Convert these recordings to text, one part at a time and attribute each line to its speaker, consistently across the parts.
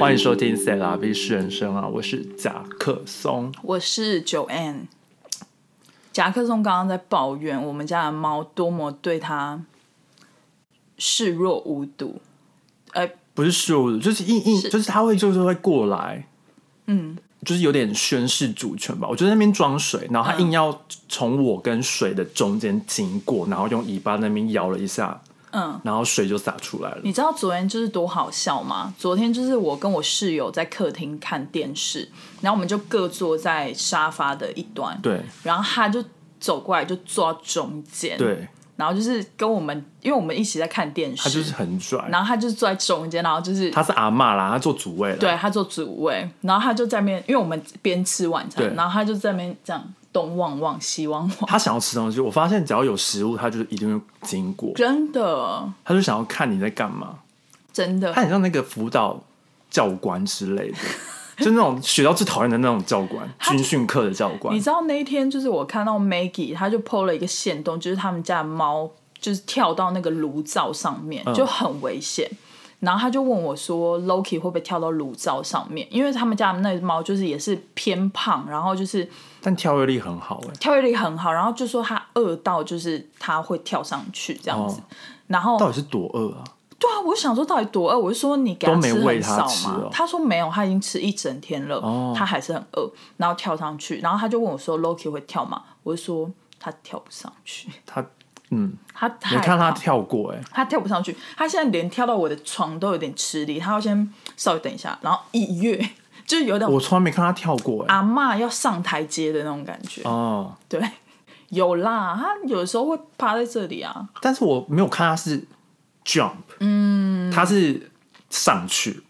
Speaker 1: 欢迎收听《塞拉 V 是人生》啊，我是贾克松。
Speaker 2: 我是 Joanne。夹克松刚刚在抱怨我们家的猫多么对他视若无睹，呃，
Speaker 1: 不是说，就是硬硬，
Speaker 2: 是
Speaker 1: 就是他会就是会过来，
Speaker 2: 嗯，
Speaker 1: 就是有点宣示主权吧。我就在那边装水，然后他
Speaker 2: 嗯
Speaker 1: 硬要从我跟水的中间经过，然后用尾巴那边摇了一下，
Speaker 2: 嗯，
Speaker 1: 然后水就洒出来了。
Speaker 2: 你知道昨天就是多好笑吗？昨天就是我跟我室友在客厅看电视，然后我们就各坐在沙发的一端，
Speaker 1: 对
Speaker 2: 然后他就走过来就坐到中间，，
Speaker 1: 对，
Speaker 2: 然后就是跟我们，因为我们一起在看电视，
Speaker 1: 他就是很拽，
Speaker 2: 然后他就坐在中间，然后就是
Speaker 1: 他是阿嬷啦，他做主位了。
Speaker 2: 对他做主位，然后他就在那边，因为我们边吃晚
Speaker 1: 对
Speaker 2: 餐，然后他就在那边这样东望望西望望，
Speaker 1: 他想要吃东西，我发现只要有食物，他就是一定会经过，
Speaker 2: 真的
Speaker 1: 他就想要看你在干嘛。
Speaker 2: 真的
Speaker 1: 他，很像那个辅导教官之类的，就那种学校最讨厌的那种教官，军训课的教官
Speaker 2: 你。知道那一天就是我看到 Maggie，他就 PO 了一个线动，就是他们家的猫就是跳到那个炉灶上面，
Speaker 1: 嗯
Speaker 2: 就很危险。然后他就问我说，Loki 会不会跳到炉灶上面？因为他们家的那只猫就是也是偏胖，然后就是
Speaker 1: 但跳跃力很好哎、
Speaker 2: 跳跃力很好，然后就说它饿到就是它会跳上去这样子。
Speaker 1: 哦
Speaker 2: 然后
Speaker 1: 到底是多饿啊？
Speaker 2: 对啊，我想说到底多饿，我就说你给
Speaker 1: 都
Speaker 2: 它
Speaker 1: 没
Speaker 2: 吃
Speaker 1: 喂
Speaker 2: 很
Speaker 1: 它
Speaker 2: 少
Speaker 1: 吃
Speaker 2: 嘛，
Speaker 1: 哦
Speaker 2: 他说没有，他已经吃一整天了，
Speaker 1: 哦
Speaker 2: 他还是很饿，然后跳上去，然后他就问我说，Loki 会跳吗？我就说他跳不上去，
Speaker 1: 他嗯，
Speaker 2: 他
Speaker 1: 没
Speaker 2: 太
Speaker 1: 看他
Speaker 2: 胖
Speaker 1: 跳过哎、
Speaker 2: 他跳不上去，他现在连跳到我的床都有点吃力，他要先稍微等一下，然后一跃， 就是有点
Speaker 1: 我从来没看他跳过哎、
Speaker 2: 阿嬷要上台阶的那种感觉，
Speaker 1: 哦，
Speaker 2: 对， 有啦，他有的时候会趴在这里啊，
Speaker 1: 但是我没有看他是 jump，嗯，他是上去，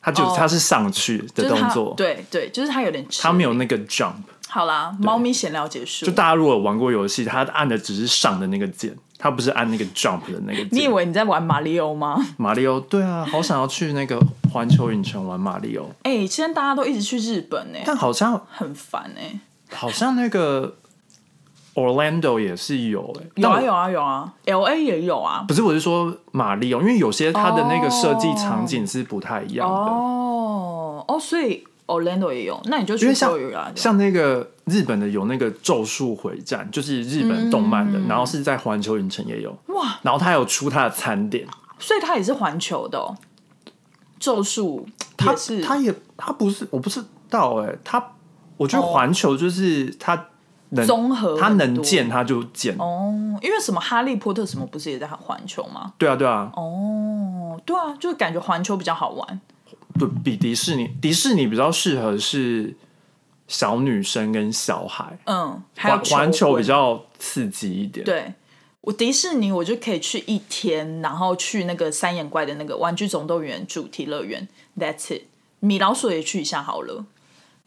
Speaker 1: 他就、
Speaker 2: 哦
Speaker 1: 他是上去的
Speaker 2: 就是
Speaker 1: 动
Speaker 2: 他
Speaker 1: 作，
Speaker 2: 对对，就是他有点吃
Speaker 1: 他没
Speaker 2: 力
Speaker 1: 有那个 jump。
Speaker 2: 好啦，猫咪闲聊结束，
Speaker 1: 就大家如果有玩过游戏，他按的只是上的那个键，他不是按那个 jump 的那个键。
Speaker 2: 你以为你在玩马里奥吗？
Speaker 1: 马里奥，对啊，好想要去那个环球影城玩马里奥，
Speaker 2: 哎、现在大家都一直去日本呢、
Speaker 1: 但好像
Speaker 2: 很烦哎、
Speaker 1: 好像那个 Orlando 也是有哎、
Speaker 2: 有
Speaker 1: 但
Speaker 2: 啊
Speaker 1: 我
Speaker 2: 有啊有啊，L A 也有啊。
Speaker 1: 不是我是说马里奥，因为有些它的那个设计场景是不太一样的，
Speaker 2: 哦哦，所以 Orlando 也有，啊那你就
Speaker 1: 因
Speaker 2: 去
Speaker 1: 为像
Speaker 2: 周游啦。
Speaker 1: 像那个日本的有那个《咒术回战》，就是日本动漫的，然后是在环球影城也有，
Speaker 2: 嗯哇，
Speaker 1: 然后它有出它的餐点，
Speaker 2: 所以它也是环球的、哦，咒术
Speaker 1: 它
Speaker 2: 也是
Speaker 1: 它也它不是我不知道哎、它我觉得环球就是它能
Speaker 2: 综哦合很多
Speaker 1: 它能见它就见。
Speaker 2: 哦，因为什么哈利波特什么不是也在环球吗？
Speaker 1: 对啊，对啊，
Speaker 2: 哦，对啊，就是感觉环球比较好玩。
Speaker 1: 不比迪士尼，迪士尼比较适合是小女生跟小孩，
Speaker 2: 嗯，还有
Speaker 1: 环环球
Speaker 2: 球
Speaker 1: 比较刺激一点。，
Speaker 2: 对，我迪士尼我就可以去一天，然后去那个三眼怪的那个玩具总动员主题乐园，That's it。米老鼠也去一下好了，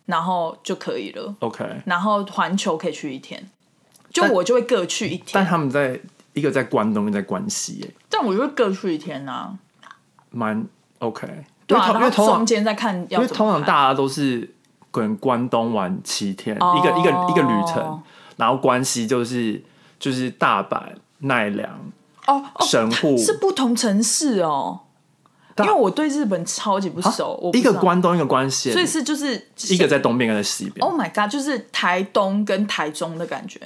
Speaker 2: 然后就可以了。
Speaker 1: ，OK。
Speaker 2: 然后环球可以去一天，就
Speaker 1: 但
Speaker 2: 我就会各去一
Speaker 1: 但
Speaker 2: 天，
Speaker 1: 他们在一个在关东，一个在关西，哎，
Speaker 2: 但我就会各去一天啊。
Speaker 1: 蛮 OK。
Speaker 2: 对啊，
Speaker 1: 因为通因为
Speaker 2: 然后
Speaker 1: 通
Speaker 2: 中
Speaker 1: 常
Speaker 2: 间再看
Speaker 1: 因
Speaker 2: 要
Speaker 1: 为
Speaker 2: 怎
Speaker 1: 通
Speaker 2: 么
Speaker 1: 常
Speaker 2: 排
Speaker 1: 大家都是可能关东玩七天，
Speaker 2: 哦
Speaker 1: 一个一个一个旅程，然后关西就是就是大阪、奈良、
Speaker 2: 哦哦
Speaker 1: 神户，
Speaker 2: 是不同城市哦，
Speaker 1: 大
Speaker 2: 因为我对日本超级不熟，哦我不
Speaker 1: 啊一个
Speaker 2: 知道，
Speaker 1: 关东，一个关西，
Speaker 2: 所以是就是
Speaker 1: 一个在东边，一个在西边，
Speaker 2: Oh my god，就是台东跟台中的感觉。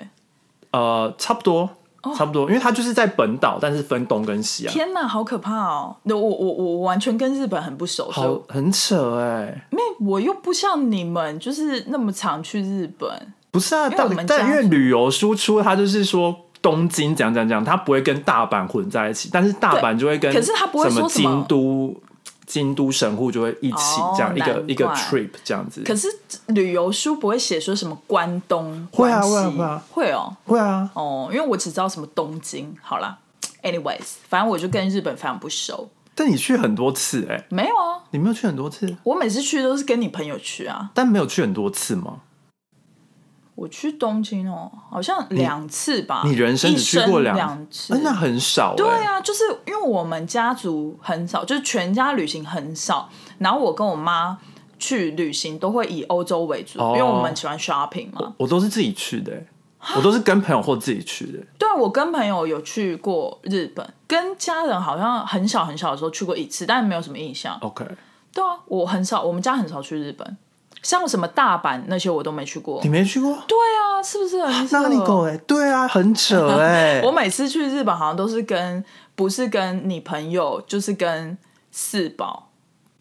Speaker 1: 呃，差不多，差不多，因为它就是在本岛，但是分东跟西啊，
Speaker 2: 哦天哪，好可怕哦！那我我我我完全跟日本很不熟，所
Speaker 1: 好
Speaker 2: 以
Speaker 1: 很扯哎、
Speaker 2: 因为我又不像你们，就是那么常去日本。
Speaker 1: 不是啊，
Speaker 2: 为
Speaker 1: 到
Speaker 2: 我
Speaker 1: 底
Speaker 2: 们
Speaker 1: 但
Speaker 2: 家
Speaker 1: 因为旅游输出，它就是说。东京怎样怎样怎样，它不会跟大阪混在一起，但是大阪就会跟
Speaker 2: 可是它不会
Speaker 1: 什么
Speaker 2: 说什么
Speaker 1: 京都、京都神户就会一起
Speaker 2: 哦
Speaker 1: 这样一个
Speaker 2: 难
Speaker 1: 一个
Speaker 2: 怪
Speaker 1: trip 这样子。
Speaker 2: 可是旅游书不会写说什么关东，
Speaker 1: 会啊
Speaker 2: 关西
Speaker 1: 会啊会啊
Speaker 2: 会哦
Speaker 1: 会啊，
Speaker 2: 哦，因为我只知道什么东京。好啦 a n y w a y s 反正我就跟日本非常不熟。
Speaker 1: 但你去很多次哎、
Speaker 2: 没有啊，
Speaker 1: 你没有去很多次，
Speaker 2: 我每次去都是跟你朋友去啊。
Speaker 1: 但没有去很多次吗？
Speaker 2: 我去东京哦，好像两次吧。
Speaker 1: 你人生
Speaker 2: 啊一
Speaker 1: 只去过
Speaker 2: 两次
Speaker 1: 次，哎那很少、欸。
Speaker 2: 对啊，就是因为我们家族很少，就是全家旅行很少，然后我跟我妈去旅行都会以欧洲为主，
Speaker 1: 哦
Speaker 2: 因为我们喜欢 shopping 嘛。
Speaker 1: 我都是自己去的、欸我都是跟朋友或自己去的、
Speaker 2: 对啊，我跟朋友有去过日本，跟家人好像很小很小的时候去过一次，但没有什么印象。
Speaker 1: OK，
Speaker 2: 对啊，我很少，我们家很少去日本，像什么大阪那些我都没去过
Speaker 1: 你。没去过？
Speaker 2: 对啊，是不是很扯
Speaker 1: 那你狗哎，对啊，很扯哎、
Speaker 2: 我每次去日本好像都是跟不是跟你朋友，就是跟四宝，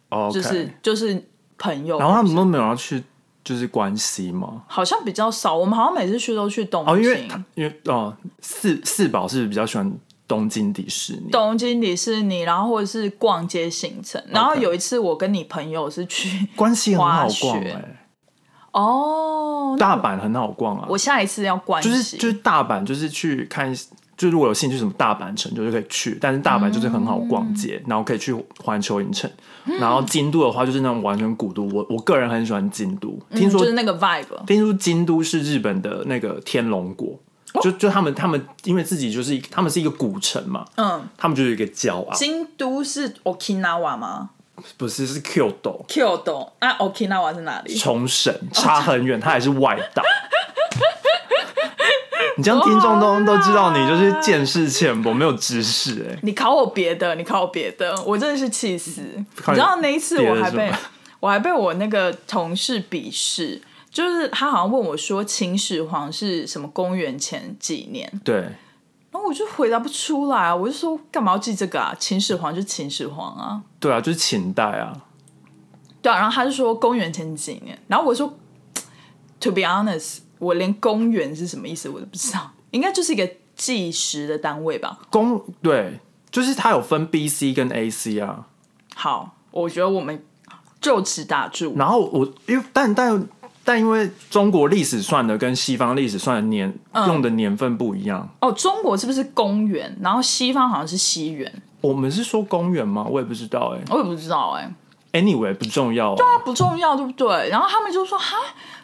Speaker 1: o
Speaker 2: 就是
Speaker 1: k
Speaker 2: 就是朋友。
Speaker 1: 然后他们都没有要去，就是关西嘛。
Speaker 2: 好像比较少，我们好像每次去都去东京。
Speaker 1: 哦，因为他因为哦，四四宝是比较喜欢东京迪士尼，
Speaker 2: 东京迪士尼，然后或者是逛街行程。然后有一次我跟你朋友是去
Speaker 1: 关西很好逛
Speaker 2: 滑
Speaker 1: 哎、
Speaker 2: 雪哦，那
Speaker 1: 大阪很好逛啊
Speaker 2: 我。下一次要关
Speaker 1: 就是
Speaker 2: 系
Speaker 1: 就是大阪，就是去看一，就如果有兴趣什么大阪城，就是可以去。但是大阪就是很好逛街，
Speaker 2: 嗯
Speaker 1: 然后可以去环球影城。然后京都的话，就是那种完全古都。我我个人很喜欢京都，听
Speaker 2: 嗯
Speaker 1: 说、
Speaker 2: 就是那个 vibe，
Speaker 1: 听说京都是日本的那个天龙国，就就他们他们因为自己就是一他们是一个古城嘛，
Speaker 2: 嗯，
Speaker 1: 他们就是一个骄傲，
Speaker 2: 京都是 Okinawa 吗
Speaker 1: 不是是 Q 斗
Speaker 2: ？Kyoto 啊，Okinawa 是哪里？
Speaker 1: 冲绳差很远，它还是外岛。 你这样听众都都知道你就是见识浅薄，没有知识哎、
Speaker 2: 你考我别的，你考我别的，我真的是气死！你
Speaker 1: 考你
Speaker 2: 知道那一次我还
Speaker 1: 别
Speaker 2: 被
Speaker 1: 的是
Speaker 2: 我还被我那个同事鄙视，就是他好像问我说秦始皇是什么公元前几年，
Speaker 1: 对，
Speaker 2: 然后我就回答不出来啊，我就说干嘛要记这个啊？秦始皇就秦始皇啊，
Speaker 1: 对啊，就是秦代啊，
Speaker 2: 对啊。然后他就说公元前几年，然后我说，to be honest，我连公元是什么意思我都不知道，应该就是一个计时的单位吧。
Speaker 1: 公对，就是它有分 B C 跟 A C 啊。
Speaker 2: 好，我觉得我们就此打住。
Speaker 1: 然后我因为但但但因为中国历史算的跟西方历史算的年、
Speaker 2: 嗯
Speaker 1: 用的年份不一样，
Speaker 2: 哦，中国是不是公元？然后西方好像是西元，
Speaker 1: 我们是说公元吗？我也不知道哎、
Speaker 2: 我也不知道哎、
Speaker 1: Anyway 不重要、啊，
Speaker 2: 那不重要对不对？然后他们就说哈，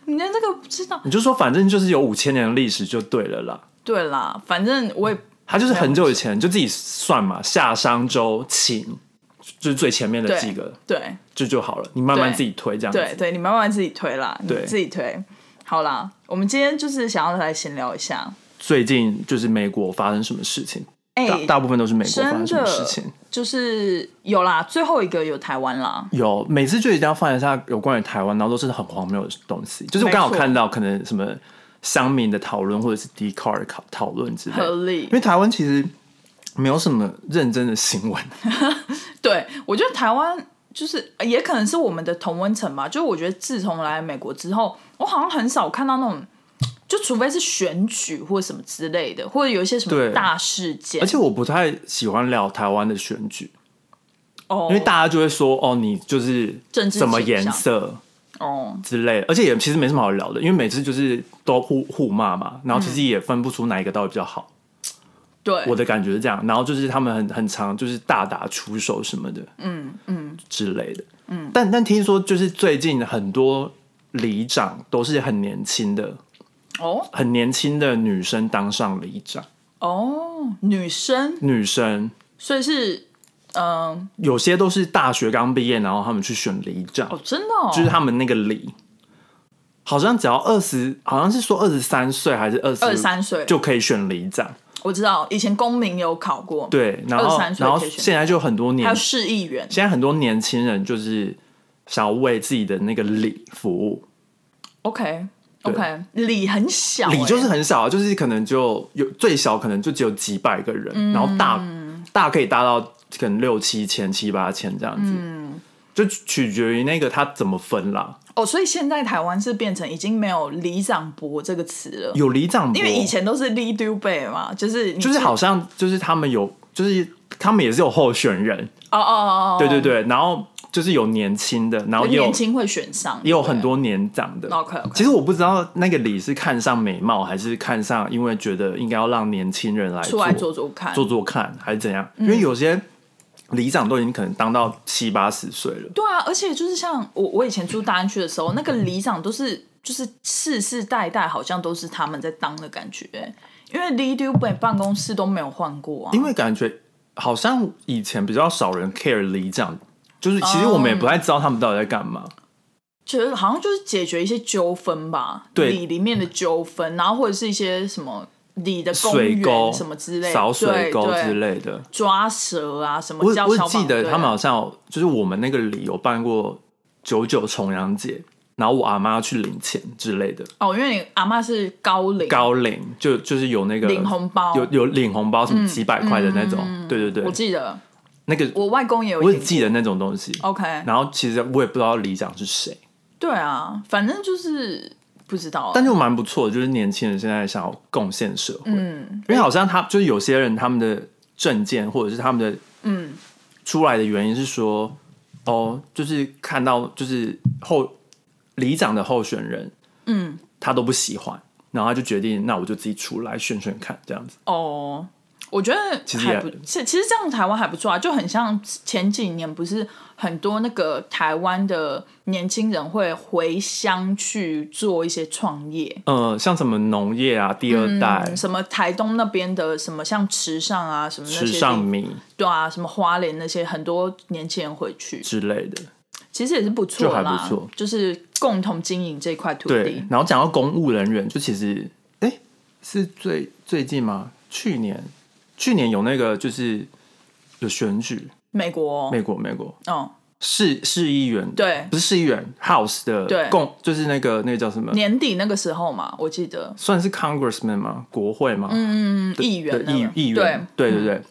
Speaker 2: 你连这个不知道。
Speaker 1: 你就说反正就是有五千年的历史就对了啦。
Speaker 2: 对啦，反正我也
Speaker 1: 他就是很久以前就自己算嘛，夏商周秦就是最前面的
Speaker 2: 对
Speaker 1: 几个，
Speaker 2: 对。
Speaker 1: 就就好了，你慢慢
Speaker 2: 对
Speaker 1: 自己推这样子。
Speaker 2: 对对，你慢慢自己推啦，你
Speaker 1: 对
Speaker 2: 自己推。好啦，我们今天就是想要来闲聊一下，
Speaker 1: 最近就是美国发生什么事情，
Speaker 2: 哎、
Speaker 1: 大大部分都是美国发
Speaker 2: 真
Speaker 1: 生什么
Speaker 2: 的
Speaker 1: 事情。
Speaker 2: 就是有啦，最后一个有台湾啦，
Speaker 1: 有，每次就一定要放一下有关于台湾，然后都是很荒谬的东西。就是我刚好
Speaker 2: 没错
Speaker 1: 看到可能什么乡民的讨论，或者是 d c a r 的讨讨论之类的。
Speaker 2: 合理
Speaker 1: 因为台湾其实没有什么认真的新 闻，
Speaker 2: 对我觉得台湾就是也可能是我们的同温层吧，就我觉得自从来美国之后，我好像很少看到那种。就除非是选举或什么之类的，或者有一些什么
Speaker 1: 对
Speaker 2: 大事件，
Speaker 1: 而且我不太喜欢聊台湾的选举，
Speaker 2: 哦
Speaker 1: 因为大家就会说哦，你就是
Speaker 2: 政治
Speaker 1: 什么
Speaker 2: 倾
Speaker 1: 颜
Speaker 2: 向
Speaker 1: 色
Speaker 2: 哦，
Speaker 1: 之类的，而且也其实没什么好聊的，因为每次就是都互互骂嘛，然后其实也分不出哪一个到底比较好。
Speaker 2: 对，
Speaker 1: 我的感觉是这样，然后就是他们很很常就是大打出手什么的，嗯嗯之类的，嗯。但但听说就是最近很多里长都是很年轻的，
Speaker 2: 哦
Speaker 1: 很年轻的女生当上里长，
Speaker 2: 哦，女生，
Speaker 1: 女生
Speaker 2: 所以是嗯、
Speaker 1: 有些都是大学刚毕业，然后他们去选里长，
Speaker 2: 哦，真的、哦，
Speaker 1: 就是他们那个里，好像只要二十，好像是说二十三岁还是二
Speaker 2: 二三岁
Speaker 1: 就可以选里长，
Speaker 2: 我知道，以前公民有考过，，
Speaker 1: 对，然后
Speaker 2: 23岁
Speaker 1: 然后
Speaker 2: 可以选
Speaker 1: 现在就很多
Speaker 2: 还
Speaker 1: 年
Speaker 2: 有市议员
Speaker 1: 现在很多年轻人就是想要为自己的那个理服务，
Speaker 2: ，OK OK，理很小、欸，
Speaker 1: 理就是很少啊，就是可能就有最小可能就只有几百个人，
Speaker 2: 嗯
Speaker 1: 然后大大可以大到可能六七千、七八千这样子，
Speaker 2: 嗯
Speaker 1: 就取决于那个他怎么分啦。
Speaker 2: 哦，所以现在台湾是变成已经没有里长伯这个词了，
Speaker 1: 有里长伯，
Speaker 2: 因为以前都是 l e a d u b 嘛，就是你
Speaker 1: 就是好像就是他们有，就是他们也是有候选人，
Speaker 2: 哦哦哦，哦
Speaker 1: 对对，对，然后就是有年轻的，然后
Speaker 2: 就
Speaker 1: 也有
Speaker 2: 年轻会选上，
Speaker 1: 也有很
Speaker 2: 对
Speaker 1: 多年长的。
Speaker 2: OK，OK
Speaker 1: 其实我不知道那个理是看上美貌，还是看上因为觉得应该要让年轻人来
Speaker 2: 出来做做看，嗯
Speaker 1: 做做看，还是怎样？因为有些里长都已经可能当到七八十岁了，
Speaker 2: 对啊，而且就是像我我以前住大安区的时候，那个里长都是就是世世代代好像都是他们在当的感觉、因为 l e a d u b 办公室都没有换过啊，
Speaker 1: 因为感觉好像以前比较少人 care 里长，就是其实我们也
Speaker 2: 哦
Speaker 1: 不太知道他们到底在干嘛。
Speaker 2: 觉得好像就是解决一些纠纷吧，
Speaker 1: 对
Speaker 2: 里里面的纠纷，然后或者是一些什么里的公
Speaker 1: 水沟
Speaker 2: 园什么之类，
Speaker 1: 扫水沟
Speaker 2: 对对
Speaker 1: 之类的。
Speaker 2: 抓蛇啊什么
Speaker 1: 我
Speaker 2: 教
Speaker 1: 我
Speaker 2: 消防队啊。
Speaker 1: 记得他们好像有就是我们那个里有办过九九重阳节，然后我阿妈要去领钱之类的，
Speaker 2: 哦，因为你阿妈是高龄，
Speaker 1: 高领就就是有那个
Speaker 2: 领红包嗯
Speaker 1: 有有领红包什么几百块的那种，对对
Speaker 2: 我
Speaker 1: 对，
Speaker 2: 记得
Speaker 1: 那个
Speaker 2: 我哦外公也有
Speaker 1: 我也
Speaker 2: 一点。
Speaker 1: 记得那种东西。
Speaker 2: OK，
Speaker 1: 然后其实我也不知道里长是谁，
Speaker 2: 对啊，反正就是不知道。
Speaker 1: 但就蛮不错的，就是年轻人现在想要贡献社会，
Speaker 2: 嗯，
Speaker 1: 因为好像他就是有些人他们的证件或者是他们的
Speaker 2: 嗯
Speaker 1: 出来的原因是说，哦，就是看到就是候里长的候选人
Speaker 2: 嗯，
Speaker 1: 他都不喜欢，然后他就决定那我就自己出来选选看这样子。
Speaker 2: 哦，我觉得
Speaker 1: 其实也
Speaker 2: 还不是，其实这样台湾还不错啊，就很像前几年不是很多那个台湾的年轻人会回乡去做一些创业。
Speaker 1: 呃，像什么农业啊，第二代、
Speaker 2: 嗯，什么台东那边的什么像池上啊，什么那些
Speaker 1: 时
Speaker 2: 地
Speaker 1: 尚迷
Speaker 2: 对啊，什么花莲那些，很多年轻人回去，
Speaker 1: 之类的，
Speaker 2: 其实也是不错啦，
Speaker 1: 就还不错
Speaker 2: 就是共同经营这块土
Speaker 1: 对
Speaker 2: 地。。
Speaker 1: 然后讲到公务人员，就其实，哎、是最最近吗？去年，去年有那个就是有选举，
Speaker 2: 美国，
Speaker 1: 美国美国
Speaker 2: 嗯，
Speaker 1: 市市议员，
Speaker 2: 对，
Speaker 1: 不是市议员 House
Speaker 2: 对
Speaker 1: 的共，就是那个那个叫什么？
Speaker 2: 年底那个时候嘛，我记得，
Speaker 1: 算是 Congressman 吗？国会吗？
Speaker 2: 嗯，
Speaker 1: 的
Speaker 2: 议员
Speaker 1: 的
Speaker 2: 那
Speaker 1: 议
Speaker 2: 个
Speaker 1: 议员，对嗯对对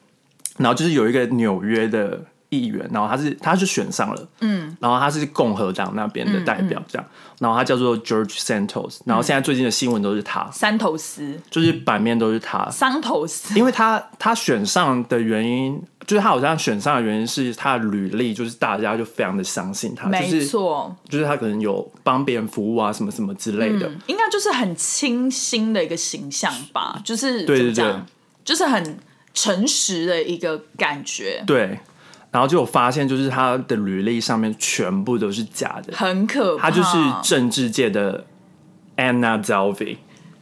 Speaker 1: 然后就是有一个纽约的议员，然后他是他是选上了，嗯，然后他是共和党那边的代表这样，然后他叫做 George Santos，然后现在最近的新闻都是他，
Speaker 2: 三头丝，
Speaker 1: 就是版面都是他，
Speaker 2: 三头丝，
Speaker 1: 因为他他选上的原因，就是他好像选上的原因是他的履历，就是大家就非常的相信他，就
Speaker 2: 没
Speaker 1: 是
Speaker 2: 错，
Speaker 1: 就是他可能有帮别人服务啊什么什么之类的，
Speaker 2: 嗯，应该就是很清新的一个形象吧，就是
Speaker 1: 对对
Speaker 2: 怎么讲就是很诚实的一个感觉，
Speaker 1: 对，然后就有发现就是他的履历上面全部都是假的，
Speaker 2: 很可怕，
Speaker 1: 他就是政治界的 Anna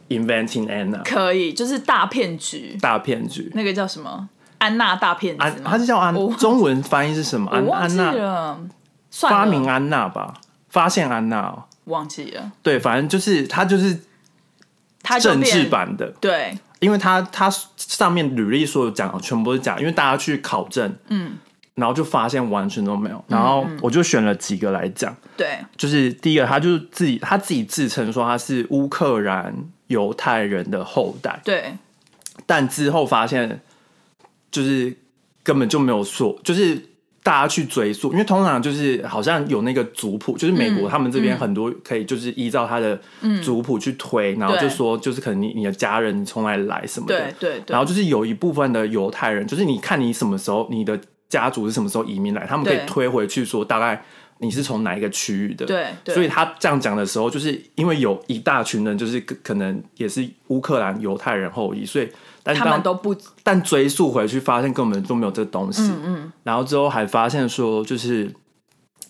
Speaker 1: Delvey，Inventing Anna
Speaker 2: 可以，就是大骗局，
Speaker 1: 大骗局。
Speaker 2: 那个叫什么安娜大骗子
Speaker 1: 安，
Speaker 2: 吗？
Speaker 1: 他是叫安
Speaker 2: 我，
Speaker 1: 中文翻译是什么？
Speaker 2: 我
Speaker 1: 安
Speaker 2: 忘
Speaker 1: 安
Speaker 2: 记
Speaker 1: 娜
Speaker 2: 了，算了
Speaker 1: 发明啊安娜吧，发现安娜、哦。
Speaker 2: 忘记了，
Speaker 1: 对，反正就是他就是
Speaker 2: 他就
Speaker 1: 政
Speaker 2: 变
Speaker 1: 治版的，
Speaker 2: 对，
Speaker 1: 因为他他上面履历所有讲的全部都是假的，因为大家去考证，嗯，然后就发现完全都没有，然后
Speaker 2: 嗯
Speaker 1: 我就选了几个来讲，
Speaker 2: 对，
Speaker 1: 就是第一个，他就是自己他自己自称说他是乌克兰犹太人的后代，
Speaker 2: 对，
Speaker 1: 但之后发现就是根本就没有说，就是大家去追溯，因为通常就是好像有那个族谱，就是美国他们这边很多可以就是依照他的
Speaker 2: 嗯
Speaker 1: 族谱去推，然后就说就是可能你你的家人从哪里来什么的，
Speaker 2: 对，对，
Speaker 1: 然
Speaker 2: 对，
Speaker 1: 后就是有一部分的犹太人，就是你看你什么时候你的家族是什么时候移民来，他们可以
Speaker 2: 对
Speaker 1: 推回去说大概你是从哪一个区域的。
Speaker 2: 对，对，
Speaker 1: 所以他这样讲的时候，就是因为有一大群人，就是可可能也是乌克兰犹太人后裔，所以但是
Speaker 2: 他们
Speaker 1: 当
Speaker 2: 都不
Speaker 1: 但追溯回去发现根本就没有这东西。嗯嗯。然后之后还发现说，就是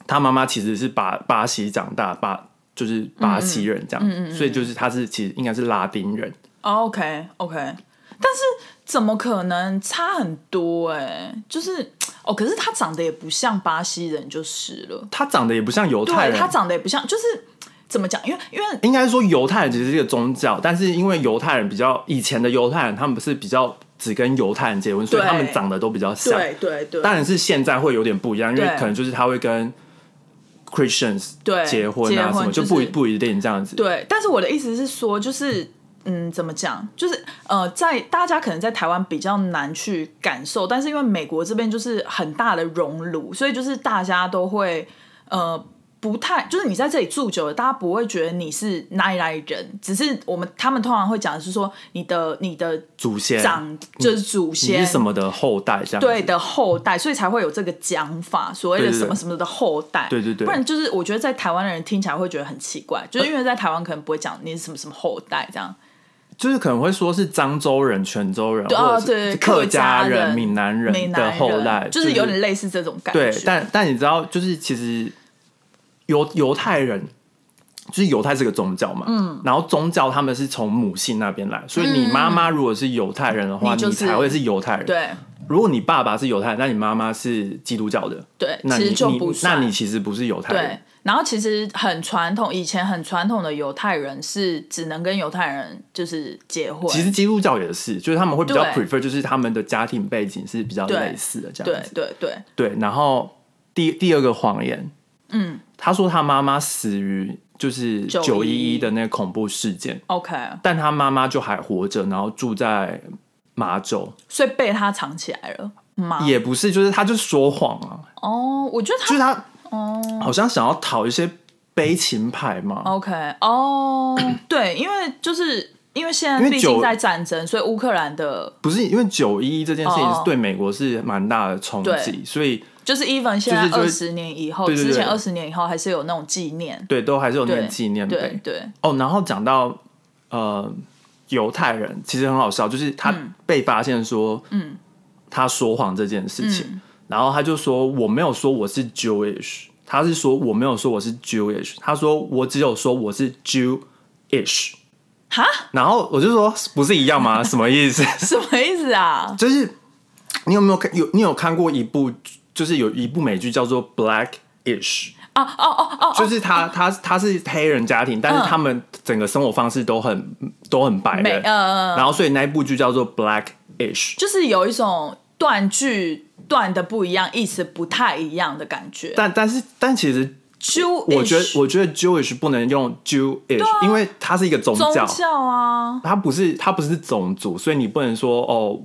Speaker 1: 他妈妈其实是巴巴西长大，巴就是巴西人
Speaker 2: 嗯
Speaker 1: 这样，所以就是他是其实应该是拉丁人。
Speaker 2: OK OK，但哦是怎么可能差很多哎、就是哦，可是他长得也不像巴西人就是了，
Speaker 1: 他长得也不像犹太
Speaker 2: 对
Speaker 1: 人
Speaker 2: 他，长得也不像，就是怎么讲？因为因为
Speaker 1: 应该说犹太人只是一个宗教，但是因为犹太人比较以前的犹太人，他们是比较只跟犹太人结婚，所以
Speaker 2: 对
Speaker 1: 他们长得都比较像。
Speaker 2: 对对对，
Speaker 1: 当然是现在会有点不一样，因为
Speaker 2: 对
Speaker 1: 可能就是他会跟 Christians
Speaker 2: 对
Speaker 1: 结婚啊
Speaker 2: 结
Speaker 1: 什
Speaker 2: 婚
Speaker 1: 么，
Speaker 2: 就
Speaker 1: 就是不一不一定这样子。
Speaker 2: 对，但是我的意思是说，就是嗯，怎么讲？就是呃，在大家可能在台湾比较难去感受，但是因为美国这边就是很大的熔炉，所以就是大家都会呃。不太，就是你在这里住久了，大家不会觉得你是哪里哪里人，只是我们他们通常会讲的是说你的你的
Speaker 1: 祖先
Speaker 2: 长就是祖
Speaker 1: 你
Speaker 2: 先
Speaker 1: 是什么的后代这样子。
Speaker 2: 对的后代，所以才会有这个讲法，所谓的
Speaker 1: 对对对
Speaker 2: 什么什么的后代。
Speaker 1: 对对对呃
Speaker 2: 不然就是我觉得在台湾的人听起来会觉得很奇怪，就是因为在台湾可能不会讲你是什么什么后代这样。
Speaker 1: 就是可能会说是漳州人、泉州人，
Speaker 2: 对
Speaker 1: 或
Speaker 2: 哦，
Speaker 1: 者
Speaker 2: 对，
Speaker 1: 是客
Speaker 2: 家
Speaker 1: 家人、闽南
Speaker 2: 闽
Speaker 1: 人
Speaker 2: 南
Speaker 1: 的
Speaker 2: 人
Speaker 1: 后代，
Speaker 2: 就是有点类似这种感觉。
Speaker 1: 对，但但你知道，就是其实犹犹太人，就是犹太这个宗教嘛，嗯，然后宗教他们是从母系那边来，所以你妈妈如果是犹太人的话，
Speaker 2: 嗯你就是
Speaker 1: 才会是犹太人。
Speaker 2: 对
Speaker 1: 如果你爸爸是犹太人，那你妈妈是基督教的，
Speaker 2: 对，
Speaker 1: 那
Speaker 2: 其
Speaker 1: 你
Speaker 2: 实就
Speaker 1: 你
Speaker 2: 不
Speaker 1: 那
Speaker 2: 算。
Speaker 1: 你其实不是犹太
Speaker 2: 对
Speaker 1: 人，，
Speaker 2: 然后其实很传统，以前很传统的犹太人是只能跟犹太人就是结婚，
Speaker 1: 其实基督教也是，就是他们会比较
Speaker 2: 对
Speaker 1: prefer，就是他们的家庭背景是比较
Speaker 2: 对
Speaker 1: 类似的这
Speaker 2: 对
Speaker 1: 样子。
Speaker 2: 对对，
Speaker 1: 对，然后第第二个谎言，
Speaker 2: 嗯
Speaker 1: 他说他妈妈死于就是
Speaker 2: 911
Speaker 1: 九一一的那个恐怖事件，
Speaker 2: ，OK，
Speaker 1: 但他妈妈就还活着，然后住在麻州，
Speaker 2: 所以被他藏起来了吗？
Speaker 1: 也不是，就是他就说谎啊，
Speaker 2: 哦，我觉得
Speaker 1: 就
Speaker 2: 他
Speaker 1: 是他
Speaker 2: 哦
Speaker 1: 好像想要讨一些悲情牌嘛。
Speaker 2: ，OK，哦， 对，因为就是因为现
Speaker 1: 因
Speaker 2: 在
Speaker 1: 为
Speaker 2: 毕
Speaker 1: 九
Speaker 2: 竟在战争，所以乌克兰的
Speaker 1: 不是因为九一这件事情
Speaker 2: 哦
Speaker 1: 是
Speaker 2: 哦
Speaker 1: 对美国是蛮大的冲击，
Speaker 2: 对
Speaker 1: 所以
Speaker 2: 就是 even 现在
Speaker 1: 就
Speaker 2: 二
Speaker 1: 是
Speaker 2: 十年以后，
Speaker 1: 对对对
Speaker 2: 之前二十年以后还是有那种纪念，
Speaker 1: 对都还是有那个
Speaker 2: 对，
Speaker 1: 纪念
Speaker 2: 对
Speaker 1: 碑。
Speaker 2: 对，
Speaker 1: 哦，然后讲到呃犹太人，其实很好笑，就是他被发现说，
Speaker 2: 嗯，
Speaker 1: 他说谎这件事情，然后他就说我没有说我是 Jewish，他是说我没有说我是 Jewish，他说我只有说我是 Jewish，
Speaker 2: 哈，
Speaker 1: 然后我就说不是一样吗？什么意思？
Speaker 2: 什么意思啊？
Speaker 1: 就是你有没有看有你有看过一部，就是有一部美剧叫做《Black Ish》。
Speaker 2: 啊哦哦哦，
Speaker 1: 就是他，他他是黑人家庭，但是
Speaker 2: 嗯
Speaker 1: 他们整个生活方式都很都很白
Speaker 2: 美
Speaker 1: 人，
Speaker 2: 呃，
Speaker 1: 然后所以那一部剧叫做《Black Ish》，
Speaker 2: 就是有一种断句断的不一样，意思不太一样的感觉。
Speaker 1: 但但是但其实
Speaker 2: Jewish，
Speaker 1: 我觉得我觉得 Jewish 不能用 Jewish，、因为它是一个宗
Speaker 2: 啊宗
Speaker 1: 教，
Speaker 2: 教啊，
Speaker 1: 它不是它不是种族，所以你不能说哦，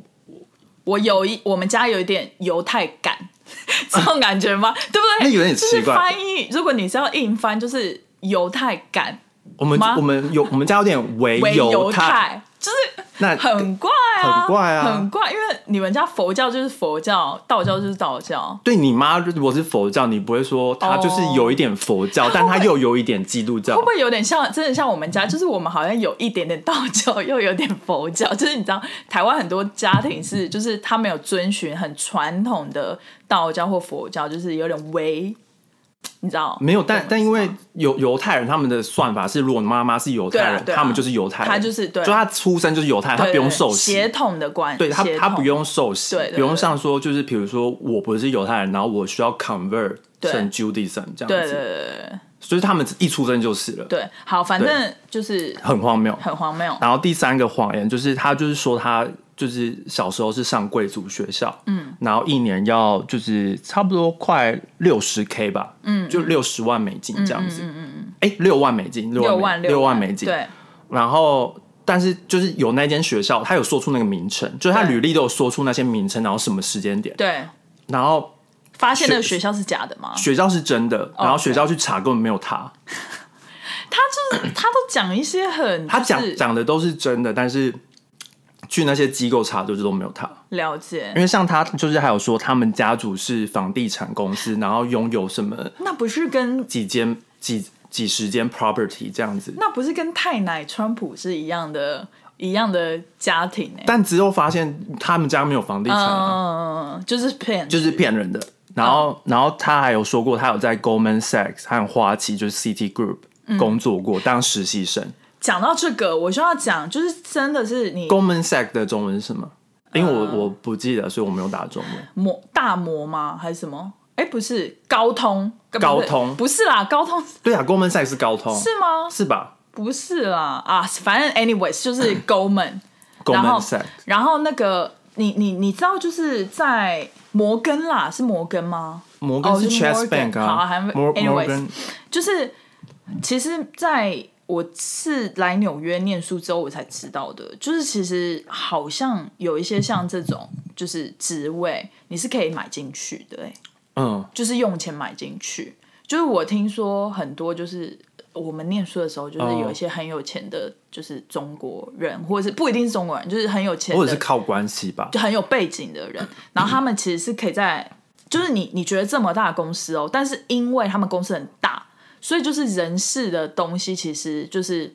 Speaker 2: 我有一我们家有一点犹太感， 这种感觉吗？对不对？
Speaker 1: 那有点奇怪
Speaker 2: 就是翻译，如果你是要硬翻，就是犹太感
Speaker 1: 我们
Speaker 2: 吗
Speaker 1: 我们有我们家有点唯
Speaker 2: 为
Speaker 1: 犹
Speaker 2: 犹，太，就是
Speaker 1: 那
Speaker 2: 很怪啊，
Speaker 1: 很怪啊
Speaker 2: 很怪。因为你们家佛教就是佛教，道教就是道教。
Speaker 1: 对你妈如果是佛教，你不会说她
Speaker 2: 哦
Speaker 1: 就是有一点佛教，但她又有一点基督教
Speaker 2: 会不。会有点像，真的像我们家？就是我们好像有一点点道教， 又有点佛教。就是你知道，台湾很多家庭是，就是他没有遵循很传统的道教或佛教，就是有点违，你知道？
Speaker 1: 没有，但但因为犹犹太人他们的算法是，如果妈妈是犹太
Speaker 2: 对
Speaker 1: 人
Speaker 2: 啊，对啊
Speaker 1: 他们就是犹太人，
Speaker 2: 他就是对
Speaker 1: 就他出生就是犹太，他
Speaker 2: 对
Speaker 1: 不用受
Speaker 2: 对
Speaker 1: 洗
Speaker 2: 血，统的关，
Speaker 1: 对他
Speaker 2: 血
Speaker 1: 他
Speaker 2: 统
Speaker 1: 不用受洗，
Speaker 2: 对对对
Speaker 1: 不用像说就是比如说我不是犹太人，然后我需要 convert
Speaker 2: 对
Speaker 1: 成 Judaism 这样子，
Speaker 2: 对对对对对
Speaker 1: 所以他们一出生就是了，
Speaker 2: 对，好，反正就是
Speaker 1: 很荒谬。
Speaker 2: 很荒谬。
Speaker 1: 然后第三个谎言就是他就是说他就是小时候是上贵族学校，嗯，然后一年要就是差不多快六十 K 吧，嗯，就六十万美金这样子，嗯嗯嗯，哎、六万美金，六
Speaker 2: 六
Speaker 1: 万
Speaker 2: 万
Speaker 1: 美六
Speaker 2: 万
Speaker 1: 美金，
Speaker 2: 对，
Speaker 1: 然后，但是就是有那间学校，他有说出那个名称，就是他
Speaker 2: 对
Speaker 1: 履历都有说出那些名称，然后什么时间点，
Speaker 2: 对，
Speaker 1: 然后
Speaker 2: 发现那个
Speaker 1: 学
Speaker 2: 学校是假的吗？
Speaker 1: 学校是真的，然后学校去查根本没有他，
Speaker 2: 他 就是他都讲一些很，
Speaker 1: 他讲
Speaker 2: 就是
Speaker 1: 讲的都是真的，但是去那些机构查就是都没有他，
Speaker 2: 了解
Speaker 1: 因，为像他就是还有说他们家族是房地产公司，然后拥有什么
Speaker 2: 那不是跟
Speaker 1: 几间几几十间 property 这样子，
Speaker 2: 那不是跟太奶川普是一样的一样的家庭哎、
Speaker 1: 但之后发现他们家没有房地产、啊。
Speaker 2: 嗯，就是骗，
Speaker 1: 就是骗人的。然后，然后他还有说过，他有在 Goldman Sachs 和花旗，就是 CT Group
Speaker 2: 嗯
Speaker 1: 工作过，当实习生。
Speaker 2: 讲到这个，我就要讲，就是真的是你
Speaker 1: Goldman Sachs 的中文是什么？因为我
Speaker 2: 呃
Speaker 1: 我不记得，所以我没有打中文。
Speaker 2: 魔大魔吗？还是什么？哎、不是高通，不是
Speaker 1: 高通
Speaker 2: 不是啦，高通
Speaker 1: 对啊，Goldman Sachs 是高通，
Speaker 2: 是吗？
Speaker 1: 是吧
Speaker 2: 不是啦，啊，反正 anyways 就是 Goldman，然后
Speaker 1: ？Goldman Sachs
Speaker 2: 然后那个你你你知道就是在摩根啦，是摩根吗？
Speaker 1: 摩根是
Speaker 2: 哦是
Speaker 1: Chase
Speaker 2: Morgan，
Speaker 1: Bank
Speaker 2: 好
Speaker 1: 啊
Speaker 2: 还没
Speaker 1: ，Mor-
Speaker 2: anyways
Speaker 1: Morgan
Speaker 2: 就是其实在我是来纽约念书之后，我才知道的，就是其实好像有一些像这种就是职位，你是可以买进去的、欸，
Speaker 1: 嗯，
Speaker 2: 就是用钱买进去。就是我听说很多，就是我们念书的时候，就是
Speaker 1: 哦
Speaker 2: 有一些很有钱的，就是中国人，或者是不一定是中国人，就是很有钱
Speaker 1: 或者是
Speaker 2: 的，
Speaker 1: 靠关系吧。
Speaker 2: 就很有背景的
Speaker 1: 嗯
Speaker 2: 人，嗯然后他们其实是可以在，就是你你觉得这么大的公司哦，但是因为他们公司很大，所以就是人事的东西，其实就是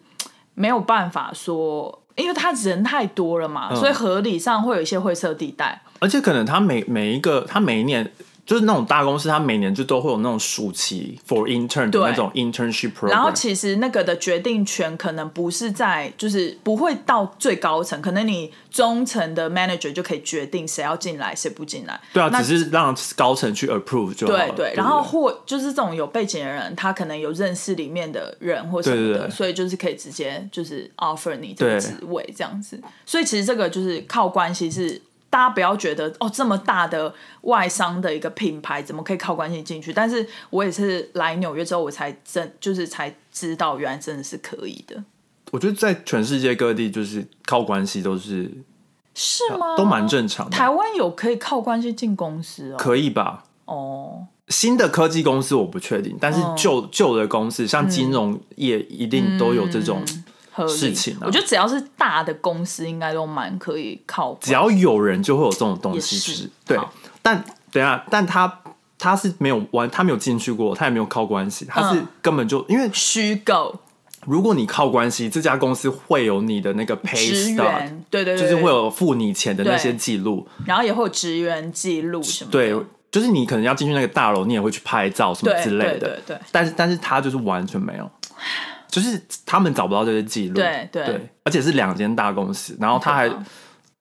Speaker 2: 没有办法说，因为他人太
Speaker 1: 嗯
Speaker 2: 多了嘛，所以合理上会有一些灰色地带。
Speaker 1: 而且可能他每每一个他每一年就是那种大公司，它每年就都会有那种暑期 for intern 的
Speaker 2: 对
Speaker 1: 那种 internship program。
Speaker 2: 然后其实那个的决定权可能不是在，就是不会到最高层，可能你中层的 manager 就可以决定谁要进来，谁不进来。
Speaker 1: 对啊，
Speaker 2: 那
Speaker 1: 只是让高层去 approve 就好了。
Speaker 2: 对对，
Speaker 1: 不
Speaker 2: 然后或就是这种有背景的人，他可能有认识里面的人或什么的，
Speaker 1: 对对对
Speaker 2: 所以就是可以直接就是 offer 你这
Speaker 1: 对
Speaker 2: 个职位这样子。所以其实这个就是靠关系是。大家不要觉得哦，这么大的外商的一个品牌怎么可以靠关系进去？但是我也是来纽约之后，我才真就是才知道，原来真的是可以的，
Speaker 1: 我觉得在全世界各地，就是靠关系都是
Speaker 2: 是吗？
Speaker 1: 啊都蛮正常的，
Speaker 2: 台湾有可以靠关系进公司哦。
Speaker 1: 可以吧？
Speaker 2: 哦，
Speaker 1: 新的科技公司我不确定，但是
Speaker 2: 嗯
Speaker 1: 旧旧的公司，像金融业一定都有这种，
Speaker 2: 合理
Speaker 1: 事情啊
Speaker 2: 我觉得只要是大的公司，应该都蛮可以靠关系。
Speaker 1: 只要有人就会有这种东西，
Speaker 2: 也
Speaker 1: 就是是对
Speaker 2: 好。
Speaker 1: 但等一下，但他他是没有玩，他没有进去过，他也没有靠关系，他是
Speaker 2: 嗯
Speaker 1: 根本就、因为
Speaker 2: 虚构
Speaker 1: 如果你靠关系，这家公司会有你的那个 pay
Speaker 2: 职
Speaker 1: stub，
Speaker 2: 员，对对
Speaker 1: 就
Speaker 2: 对，
Speaker 1: 是会
Speaker 2: 对，
Speaker 1: 有付你钱的那些
Speaker 2: 对
Speaker 1: 记录，
Speaker 2: 然后也会有职员记录什么的，
Speaker 1: 对。就是你可能要进去那个大楼，你也会去拍照什么
Speaker 2: 对
Speaker 1: 之
Speaker 2: 对
Speaker 1: 类
Speaker 2: 对
Speaker 1: 的，
Speaker 2: 对对
Speaker 1: 但是但是他就是完全没有，就是他们找不到这些记录，
Speaker 2: 对对
Speaker 1: 而且是两间大公司，然后他还
Speaker 2: 很可怕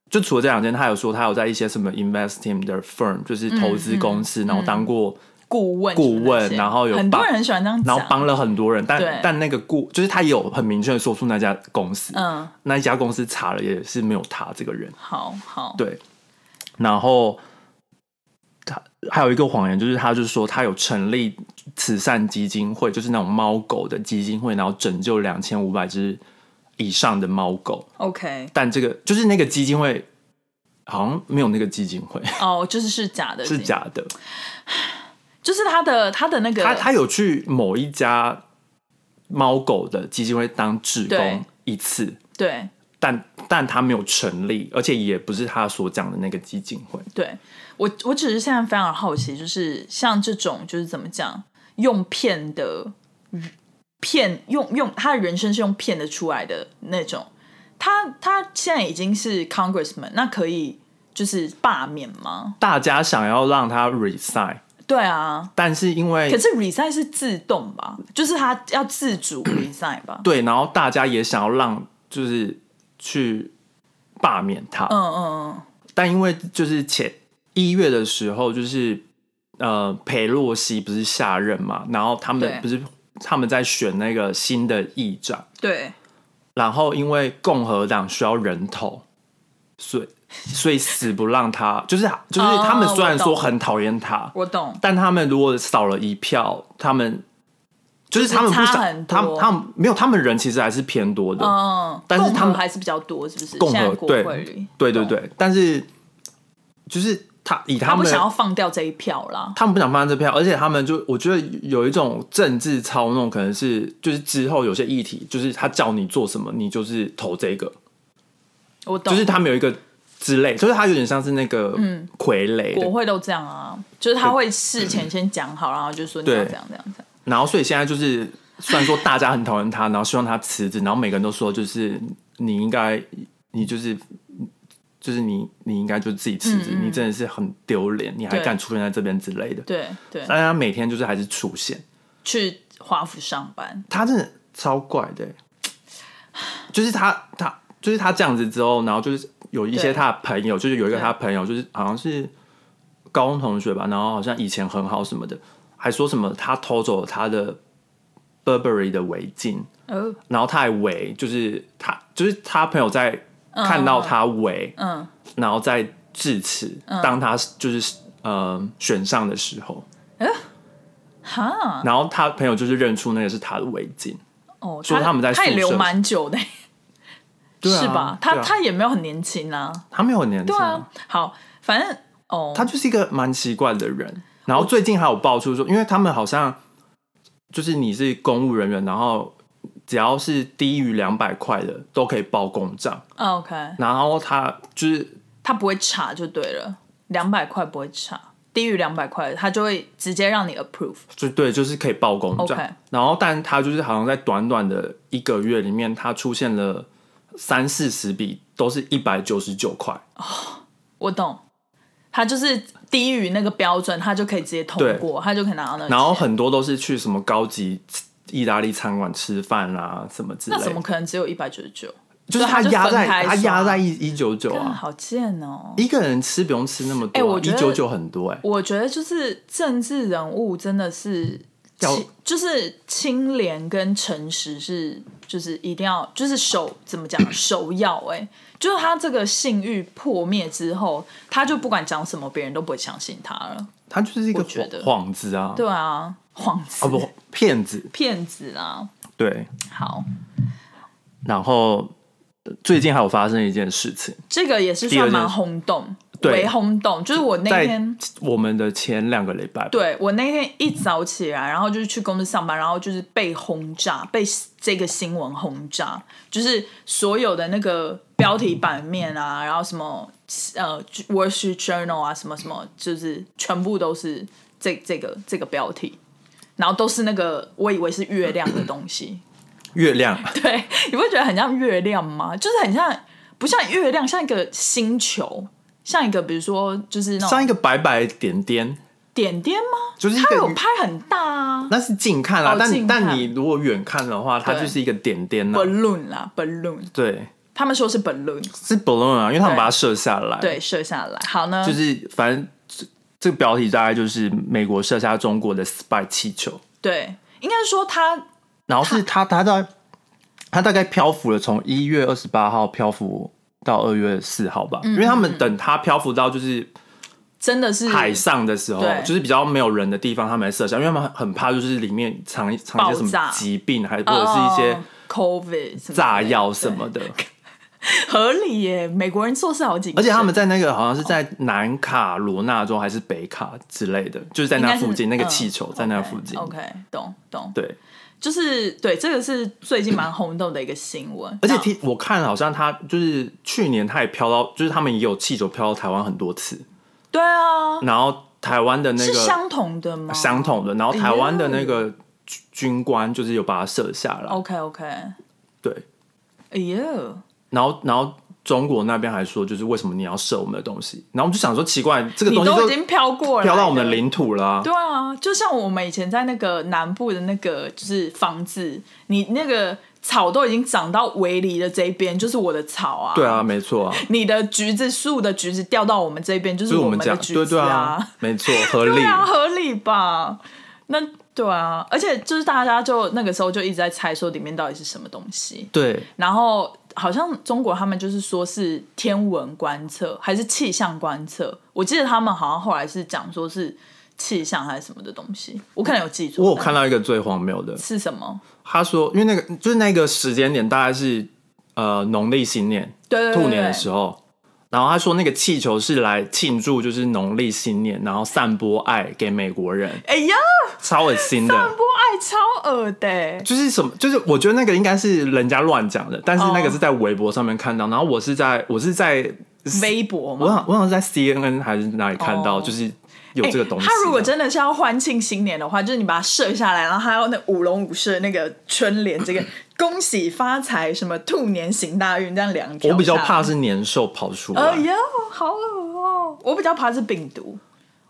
Speaker 1: 就除了这两间，他还有说他有在一些什么 investing 的 firm，就是投资公
Speaker 2: 嗯
Speaker 1: 司，然后当过，
Speaker 2: 顾问
Speaker 1: 顾问
Speaker 2: 什么那些
Speaker 1: 然后有
Speaker 2: 很多
Speaker 1: 帮
Speaker 2: 人很喜欢这样
Speaker 1: 然后
Speaker 2: 讲，
Speaker 1: 帮了很多人，但
Speaker 2: 对
Speaker 1: 但那个顾就是他也有很明确的说出那家公司，
Speaker 2: 嗯，
Speaker 1: 那一家公司查了也是没有他这个人，
Speaker 2: 好好，
Speaker 1: 对，然后他还有一个谎言，就是他就是说他有成立慈善基金会，就是那种猫狗的基金会，然后拯救两千五百只以上的猫狗。
Speaker 2: ，OK，
Speaker 1: 但这个就是那个基金会好像没有那个基金会
Speaker 2: 哦，就是是假的，
Speaker 1: 是，假的，
Speaker 2: 就是他的他的那个，
Speaker 1: 他他有去某一家猫狗的基金会当志工
Speaker 2: 对
Speaker 1: 一次。
Speaker 2: 对
Speaker 1: 但但他没有成立，而且也不是他所讲的那个基金会。
Speaker 2: 对，我我只是现在非常好奇，就是像这种就是怎么讲用骗的骗用用他的人生是用骗的出来的那种，他他现在已经是 congressman，那可以就是罢免吗？
Speaker 1: 大家想要让他 resign，
Speaker 2: 对啊，
Speaker 1: 但是因为
Speaker 2: 可是 resign 是自动吧，就是他要自 主 resign 吧？
Speaker 1: 对，然后大家也想要让就是去罢免他，
Speaker 2: 嗯嗯
Speaker 1: 但因为就是前一月的时候，就是呃裴洛西不是下任嘛，然后他们
Speaker 2: 对
Speaker 1: 不是他们在选那个新的议长，
Speaker 2: 嗯，对，
Speaker 1: 然后因为共和党需要人头，所以所以死不让他，就是就是
Speaker 2: 哦
Speaker 1: 他们虽然
Speaker 2: 我懂
Speaker 1: 说很讨厌他，
Speaker 2: 我懂，
Speaker 1: 但他们如果少了一票，他们就是
Speaker 2: 就是
Speaker 1: 他们不
Speaker 2: 差
Speaker 1: 想
Speaker 2: 很
Speaker 1: 他们
Speaker 2: 多
Speaker 1: 他们没有，他们人其实还是偏多的，
Speaker 2: 嗯，
Speaker 1: 但是他们
Speaker 2: 共和还是比较多，是不是？
Speaker 1: 共
Speaker 2: 现
Speaker 1: 和
Speaker 2: 在国
Speaker 1: 对
Speaker 2: 会里，
Speaker 1: 对对
Speaker 2: 懂，
Speaker 1: 对，但是就是他以
Speaker 2: 他
Speaker 1: 他
Speaker 2: 不
Speaker 1: 们
Speaker 2: 想要放掉这一票啦。
Speaker 1: 他们不想放这票，而且他们就我觉得有一种政治操弄，可能是就是之后有些议题，就是他叫你做什么，你就是投这个，
Speaker 2: 我懂，
Speaker 1: 就是他们有一个之类，就是他有点像是那个
Speaker 2: 嗯
Speaker 1: 傀儡的
Speaker 2: 国会都这样啊，就是他会事前先讲好，然后就说你要
Speaker 1: 对
Speaker 2: 这样这样这样。
Speaker 1: 然后所以现在就是，虽然说大家很讨厌他，然后希望他辞职，然后每个人都说就是你应该，你就是就是你你应该就自己辞职，
Speaker 2: 嗯嗯
Speaker 1: 你真的是很丢脸，你还
Speaker 2: 对
Speaker 1: 敢出现在这边之类的。
Speaker 2: 对对，
Speaker 1: 但他每天就是还是出现，
Speaker 2: 去华府上班，
Speaker 1: 他真的超怪的欸、就是他他就是他这样子之后，然后就是有一些
Speaker 2: 对
Speaker 1: 他的朋友，就是有一个
Speaker 2: 对
Speaker 1: 他的朋友，就是好像是高中同学吧，然后好像以前很好什么的，还说什么他偷走了他的 Burberry 的围巾。
Speaker 2: 哦，
Speaker 1: 然后他还围，就是他就是他朋友在看到他围，
Speaker 2: 嗯，
Speaker 1: 然后在致辞，当他就是呃选上的时候，
Speaker 2: 呃哈，
Speaker 1: 然后他朋友就是认出那个是他的围巾，
Speaker 2: 哦，
Speaker 1: 说他们在
Speaker 2: 他也
Speaker 1: 宿舍
Speaker 2: 留蛮久的，
Speaker 1: 对啊
Speaker 2: 是吧？他
Speaker 1: 对啊
Speaker 2: 他也没有很年轻啊，
Speaker 1: 他没有很年轻
Speaker 2: 对，啊，好，反正哦，
Speaker 1: 他就是一个蛮奇怪的人。然后最近还有爆出说，因为他们好像就是你是公务人员，然后只要是低于两百块的都可以报公账，
Speaker 2: 啊 OK，
Speaker 1: 然后他就是
Speaker 2: 他不会查就对了，两百块不会查，低于两百块他就会直接让你 approve，
Speaker 1: 就对，就是可以报公账。
Speaker 2: OK
Speaker 1: 然后，但他就是好像在短短的一个月里面，他出现了三四十笔，都是一百九十九块。
Speaker 2: 我懂。他就是低于那个标准，他就可以直接通过，他就可以拿到那个钱。
Speaker 1: 然后很多都是去什么高级意大利餐馆吃饭啦、什么之类
Speaker 2: 那怎么
Speaker 1: 的，
Speaker 2: 可能只有一百九十九？
Speaker 1: 就是
Speaker 2: 他
Speaker 1: 他
Speaker 2: 就
Speaker 1: 压
Speaker 2: 分
Speaker 1: 在
Speaker 2: 开
Speaker 1: 他压
Speaker 2: 算
Speaker 1: 在一一九九
Speaker 2: 嗯，
Speaker 1: 啊，
Speaker 2: 好贱哦！
Speaker 1: 一个人吃不用吃那么
Speaker 2: 哎
Speaker 1: 多、
Speaker 2: 我
Speaker 1: 啊，
Speaker 2: 觉
Speaker 1: 一
Speaker 2: 得
Speaker 1: 九九很多哎、
Speaker 2: 我觉得就是政治人物真的是
Speaker 1: 要
Speaker 2: 清，就是清廉跟诚实是，就是一定要，就是首怎 么讲首要、哎，就是他这个信誉破灭之后，他就不管讲什么，别人都不会相信他了。
Speaker 1: 他就是一个
Speaker 2: 我觉得
Speaker 1: 幌幌子啊，
Speaker 2: 对啊，幌子、
Speaker 1: 啊不骗子，
Speaker 2: 骗子啊！
Speaker 1: 对。
Speaker 2: 好，
Speaker 1: 然后呃最近还有发生一件事情，
Speaker 2: 这个也是
Speaker 1: 第二
Speaker 2: 算
Speaker 1: 件
Speaker 2: 蛮
Speaker 1: 事
Speaker 2: 轰动，
Speaker 1: 对
Speaker 2: 为轰动，就是我那
Speaker 1: 在
Speaker 2: 天。
Speaker 1: 我们的前两个礼拜，
Speaker 2: 对我那天一早起来，然后就是去公司上班，然后就是被轰炸，被这个新闻轰炸，就是所有的那个标题版面啊，然后什么呃《Wall Street Journal》啊，什么什么，就是全部都是这这个这个标题，然后都是那个我以为是月亮的东西，
Speaker 1: 月亮，
Speaker 2: 对，你不觉得很像月亮吗？就是很像，不像月亮，像一个星球，像一个比如说就是那种
Speaker 1: 像一个白白点点，
Speaker 2: 点点吗？
Speaker 1: 就是一
Speaker 2: 它有
Speaker 1: 个
Speaker 2: 拍很大啊。
Speaker 1: 那是近看啦，
Speaker 2: 哦近
Speaker 1: 但
Speaker 2: 看
Speaker 1: 但你如果远看的话，它
Speaker 2: 对
Speaker 1: 就是一个点点呐、
Speaker 2: balloon 啦，balloon，
Speaker 1: 对，
Speaker 2: 他们说是 balloon，
Speaker 1: 是 balloon 啊，因为他们
Speaker 2: 对
Speaker 1: 把它射下来，
Speaker 2: 对，射下来。好呢，
Speaker 1: 就是反正这这个标题大概就是美国射下中国的 spy 气球，
Speaker 2: 对，应该是说他
Speaker 1: 然后是它它在它大概漂浮了从一月二十八号漂浮到二月四号吧，
Speaker 2: 嗯
Speaker 1: 因为他们等它漂浮到就是
Speaker 2: 真的是
Speaker 1: 海上的时候，
Speaker 2: 嗯对
Speaker 1: 就是比较没有人的地方，他们来射下，因为他们很怕就是里面藏藏一些
Speaker 2: 爆
Speaker 1: 什
Speaker 2: 炸
Speaker 1: 么疾病，还或者是一些
Speaker 2: 哦 COVID 什么之类的
Speaker 1: 炸药什么的，
Speaker 2: 对合理耶。美国人做事好谨慎，
Speaker 1: 而且他们在那个好像是在南卡罗纳州还是北卡之类的，就是在
Speaker 2: 应
Speaker 1: 那
Speaker 2: 该是
Speaker 1: 附近，那个
Speaker 2: 嗯
Speaker 1: 气球在那附近，
Speaker 2: 哦 OK，, OK，懂懂，
Speaker 1: 对。
Speaker 2: 就是对，这个是最近蛮轰动的一个新闻，
Speaker 1: 而且
Speaker 2: 那
Speaker 1: 听我看，好像他就是去年他也飘到，就是他们也有气球飘到台湾很多次，
Speaker 2: 对啊，
Speaker 1: 然后台湾的那
Speaker 2: 是
Speaker 1: 个
Speaker 2: 相同的吗？哎
Speaker 1: 相同的，然后台湾的那个军军官就是有把它射下来，
Speaker 2: OK OK，哎
Speaker 1: 对，
Speaker 2: 呦，
Speaker 1: 然后然后中国那边还说，就是为什么你要射我们的东西？然后我们就想说，奇怪，这个
Speaker 2: 你
Speaker 1: 东西
Speaker 2: 都已
Speaker 1: 都
Speaker 2: 经飘过了，哎
Speaker 1: 飘到我们的领土啦、
Speaker 2: 对啊，就像我们以前在那个南部的那个就是房子，你那个草都已经长到围篱的这一边，就是我的草啊。
Speaker 1: 对，啊，没错啊，
Speaker 2: 你的橘子树的橘子掉到我们这边，就是
Speaker 1: 就是我
Speaker 2: 们
Speaker 1: 们家，
Speaker 2: 的橘
Speaker 1: 对
Speaker 2: 子
Speaker 1: 对啊，没错，合理
Speaker 2: 对。 啊，合理吧？那对啊，而且就是大家就那个时候就一直在猜说里面到底是什么东西，
Speaker 1: 对，
Speaker 2: 然后好像中国他们就是说是天文观测还是气象观测，我记得他们好像后来是讲说是气象还是什么的东西，我可能有记错。
Speaker 1: 我有看到一个最荒谬的，
Speaker 2: 是什么？
Speaker 1: 他说，因为那个就是那个时间点大概是呃农历新年
Speaker 2: 对对对
Speaker 1: 兔年的时
Speaker 2: 候，
Speaker 1: 候，然后他说那个气球是来庆祝就是农历新年，然后散播爱给美国人，
Speaker 2: 哎呀，
Speaker 1: 超恶心的。
Speaker 2: 散播爱超恶的欸、
Speaker 1: 就是什么，就是我觉得那个应该是人家乱讲的，但是那个
Speaker 2: 哦
Speaker 1: 是在微博上面看到，然后我是在我是在
Speaker 2: 微博嘛
Speaker 1: 我。想我想在 CNN 还是哪里看到，
Speaker 2: 哦
Speaker 1: 就是有这个东西的、
Speaker 2: 哎他如果真的是要欢庆新年的话，就是你把它射下来，然后还有那舞龙舞狮的那个春联，这个 恭喜发财，什么兔年行大运，这样两条。
Speaker 1: 我比较怕。是年兽跑出来，
Speaker 2: 哎呀，好恶哦！我比较怕是病毒，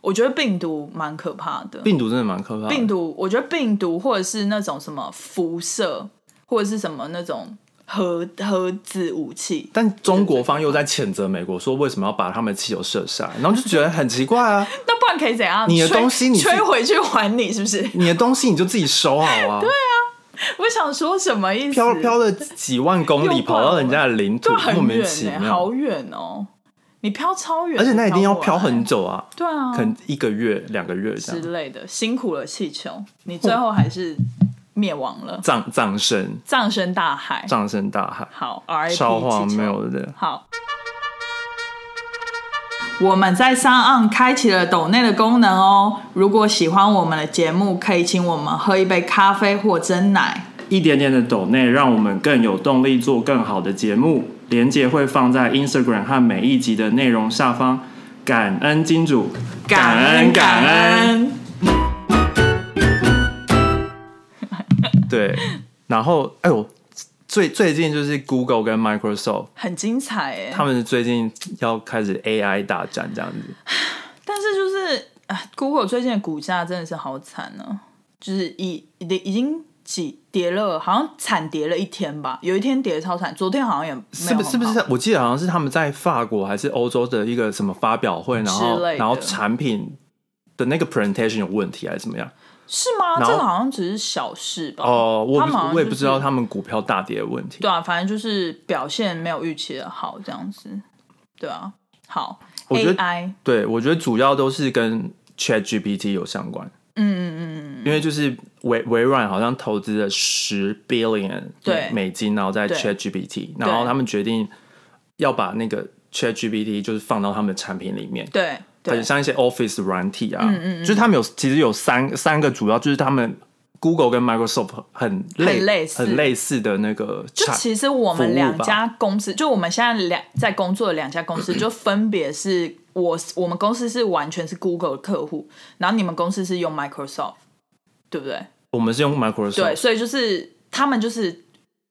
Speaker 2: 我觉得病毒蛮可怕的。
Speaker 1: 病毒真的蛮可怕的。
Speaker 2: 病毒，我觉得病毒或者是那种什么辐射，或者是什么那种核核子武器，
Speaker 1: 但中国方又在谴责美国，说为什么要把他们的汽油射下来，然后就觉得很奇怪啊！
Speaker 2: 那不然可以怎样？
Speaker 1: 你的
Speaker 2: 吹
Speaker 1: 东西你自己
Speaker 2: 吹回去还你，是不是？
Speaker 1: 你的东西你就自己收好啊，
Speaker 2: 我想说什么意思？
Speaker 1: 飘飘了几万公里
Speaker 2: 又不然
Speaker 1: 跑到人家的领土
Speaker 2: 就，
Speaker 1: 莫
Speaker 2: 啊很
Speaker 1: 名
Speaker 2: 远
Speaker 1: 其
Speaker 2: 呢、
Speaker 1: 妙
Speaker 2: 好，远哦、你飘超远，哦
Speaker 1: 而且那一定要
Speaker 2: 飘
Speaker 1: 飘
Speaker 2: 过来
Speaker 1: 很久啊，
Speaker 2: 对啊，
Speaker 1: 可能一个月、两个月这
Speaker 2: 之
Speaker 1: 样。
Speaker 2: 类的，辛苦了气球，你最后还是灭亡了，
Speaker 1: 葬葬身，
Speaker 2: 葬身大海。
Speaker 1: 葬身大海，
Speaker 2: 好，RIP
Speaker 1: 超荒
Speaker 2: 气球
Speaker 1: 谬的。
Speaker 2: 好。我们在上岸开启了抖内的功能哦。如果喜欢我们的节目，可以请我们喝一杯咖啡或蒸奶。
Speaker 1: 一点点的抖内，让我们更有动力做更好的节目。连接会放在 Instagram 和每一集的内容下方。感恩金主，
Speaker 2: 感恩。
Speaker 1: 对，然后哎呦，最最近就是 Google 跟 Microsoft，
Speaker 2: 很精彩哎、
Speaker 1: 他们最近要开始 AI 大战这样子。
Speaker 2: 但是就是哎，Google 最近的股价真的是好惨呢、就是已已已经几跌了，好像惨跌了一天吧，有一天跌的超惨，昨天好像也没有
Speaker 1: 是不
Speaker 2: 很
Speaker 1: 是不
Speaker 2: 好
Speaker 1: 是？我记得好像是他们在法国还是欧洲的一个什么发表会，然后
Speaker 2: 之类的
Speaker 1: 然后产品的那个 presentation 有问题还是怎么样？
Speaker 2: 是吗？
Speaker 1: 然
Speaker 2: 这
Speaker 1: 后
Speaker 2: 个好像只是小事吧。
Speaker 1: 哦，我
Speaker 2: 他
Speaker 1: 不
Speaker 2: 们好像
Speaker 1: 我也不知道
Speaker 2: 就是
Speaker 1: 他们股票大跌的问题。
Speaker 2: 对啊，反正就是表现没有预期的好，这样子，对啊。好
Speaker 1: 我觉得
Speaker 2: ，AI，
Speaker 1: 对，我觉得主要都是跟 Chat GPT 有相关，
Speaker 2: 嗯嗯嗯
Speaker 1: 因为就是微微软好像投资了十 billion
Speaker 2: 对
Speaker 1: 美金，然后在
Speaker 2: 对
Speaker 1: Chat GPT，然后他们决定要把那个 Chat GPT 就是放到他们的产品里面
Speaker 2: 嗯，。对对嗯
Speaker 1: 很，像一些 Office 软体啊，就是他们有其实有三三个主要，就是他们 Google 跟 Microsoft 很类
Speaker 2: 很类似
Speaker 1: 很类似的那个
Speaker 2: 就
Speaker 1: 产，
Speaker 2: 其实我
Speaker 1: 服务
Speaker 2: 们两
Speaker 1: 吧
Speaker 2: 家公司，就我们现在两在工作的两家公司，就分别是我我们公司是完全是 Google 的客户，然后你们公司是用 Microsoft，对不对？
Speaker 1: 我们是用 Microsoft
Speaker 2: 对，所以就是他们就是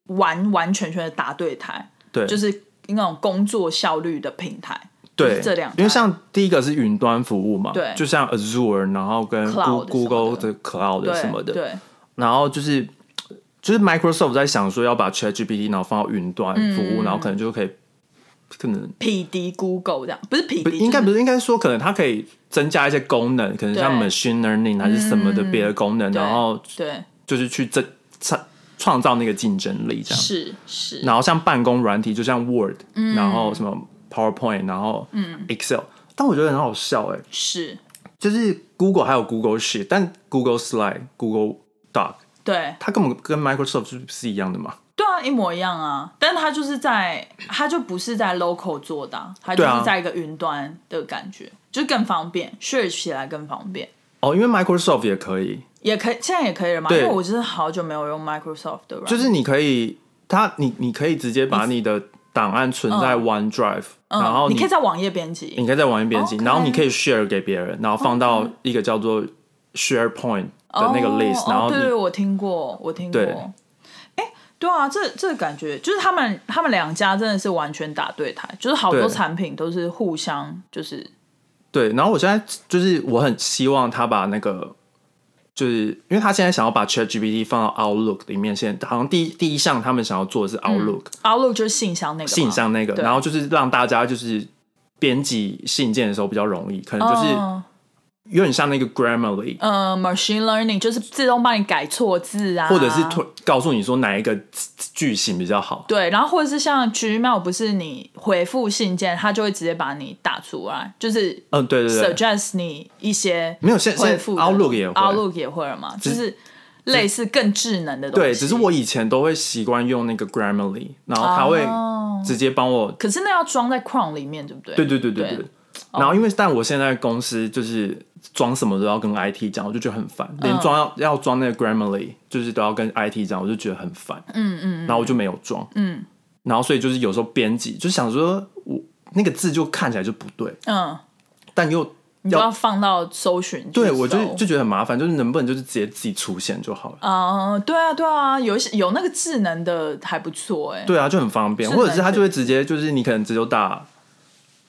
Speaker 2: 完完全全的答对台，
Speaker 1: 对
Speaker 2: 就是那种工作效率的平台，就
Speaker 1: 对
Speaker 2: 是这两家，
Speaker 1: 因为像第一个是云端服务嘛，
Speaker 2: 对
Speaker 1: 就像 Azure，然后跟
Speaker 2: Cloud 什么
Speaker 1: Google
Speaker 2: 的
Speaker 1: 的 Cloud
Speaker 2: 对
Speaker 1: 什么的，
Speaker 2: 对
Speaker 1: 然后就是就是 Microsoft 在想说要把 ChatGPT 然后放到云端
Speaker 2: 嗯
Speaker 1: 服务，然后可能就可以可能
Speaker 2: 匹敌 Google 这样，不是匹
Speaker 1: 不
Speaker 2: 敌，
Speaker 1: 应该
Speaker 2: 就是
Speaker 1: 不是，应该说可能它可以增加一些功能，可能像
Speaker 2: 对
Speaker 1: machine learning 啊还是什么的别的功能，
Speaker 2: 对
Speaker 1: 然后
Speaker 2: 对，
Speaker 1: 就是去增创创造那个竞争力这样。
Speaker 2: 是嗯是，
Speaker 1: 然后像办公软体，就像 Word，、然后什么 PowerPoint，然后
Speaker 2: 嗯
Speaker 1: Excel，、但我觉得很好笑哎、
Speaker 2: 是，
Speaker 1: 就是 Google 还有 Google Sheet，但 Google Slide、Google Doc，
Speaker 2: 对
Speaker 1: 它根本跟 Microsoft 是是一样的嘛？
Speaker 2: 对啊，一模一样啊，但它就是在，它就不是在 local 做的啊、它就
Speaker 1: 对啊
Speaker 2: 是在一个云端的感觉，就更方便，share 起来更方便，
Speaker 1: 哦，因为 Microsoft 也可以，
Speaker 2: 也可以现在也可以了嘛，因
Speaker 1: 对
Speaker 2: 为我真的好久没有用 Microsoft 的软
Speaker 1: 就
Speaker 2: 件，
Speaker 1: 是你可以，它你你可以直接把你的档案存在 OneDrive，、
Speaker 2: 嗯
Speaker 1: 然后嗯
Speaker 2: 你可以在网页编辑，
Speaker 1: 你可以在网页编辑，
Speaker 2: OK
Speaker 1: 然后你可以 share 给别人，然后放到一个叫做 SharePoint 的那个
Speaker 2: 哦
Speaker 1: list，、然后
Speaker 2: 哦、对对，
Speaker 1: 你
Speaker 2: 我听过，我听过，
Speaker 1: 对
Speaker 2: 哎。对啊，这这感觉就是他们他们两家真的是完全打对台，就是好多
Speaker 1: 对
Speaker 2: 产品都是互相就是
Speaker 1: 对，然后我现在就是我很希望他把那个。就是因为他现在想要把 ChatGPT 放到 Outlook 里面，现在好像第一第一项他们想要做的是 Outlook，、
Speaker 2: Outlook 嗯就是信箱那个嘛
Speaker 1: 信箱那个，
Speaker 2: 对
Speaker 1: 然后就是让大家就是编辑信件的时候比较容易，可能就是
Speaker 2: 嗯
Speaker 1: 有点像那个 Grammarly，、
Speaker 2: 呃，machine learning 就是自动帮你改错字啊，
Speaker 1: 或者是推告诉你说哪一个句型比较好。
Speaker 2: 对，然后或者是像 Gmail 不是你回复信件，它就会直接把你打出来，就是
Speaker 1: 嗯，对对对，
Speaker 2: suggest 你一些
Speaker 1: 没有现现
Speaker 2: 回
Speaker 1: 在
Speaker 2: 复的
Speaker 1: Outlook 也会
Speaker 2: Outlook 也会了嘛，就是类似更智能的东西。
Speaker 1: 对，只是我以前都会习惯用那个 Grammarly，然后他会
Speaker 2: 哦
Speaker 1: 直接帮我。
Speaker 2: 可是那要装在 Chrome 里面，对不对？
Speaker 1: 对对对对
Speaker 2: 对
Speaker 1: 对。哦然后因为但我现在公司就是装什么都要跟 IT 讲，我就觉得很烦，连装要要装那个 Grammarly，就是都要跟 IT 讲，我就觉得很烦。嗯嗯。然后我就没有装。嗯。然后所以就是有时候编辑就想说我那个字就看起来就不对，
Speaker 2: 嗯，
Speaker 1: 但又
Speaker 2: 你就要放到搜寻去搜。
Speaker 1: 对我就就觉得很麻烦，就是能不能就是直接自己出现就好了。
Speaker 2: 啊、对啊，对啊，有一些有那个智能的还不错哎、
Speaker 1: 对啊，就很方便，
Speaker 2: 是
Speaker 1: 或者是
Speaker 2: 的
Speaker 1: 他
Speaker 2: 是
Speaker 1: 就会直接就是你可能只有打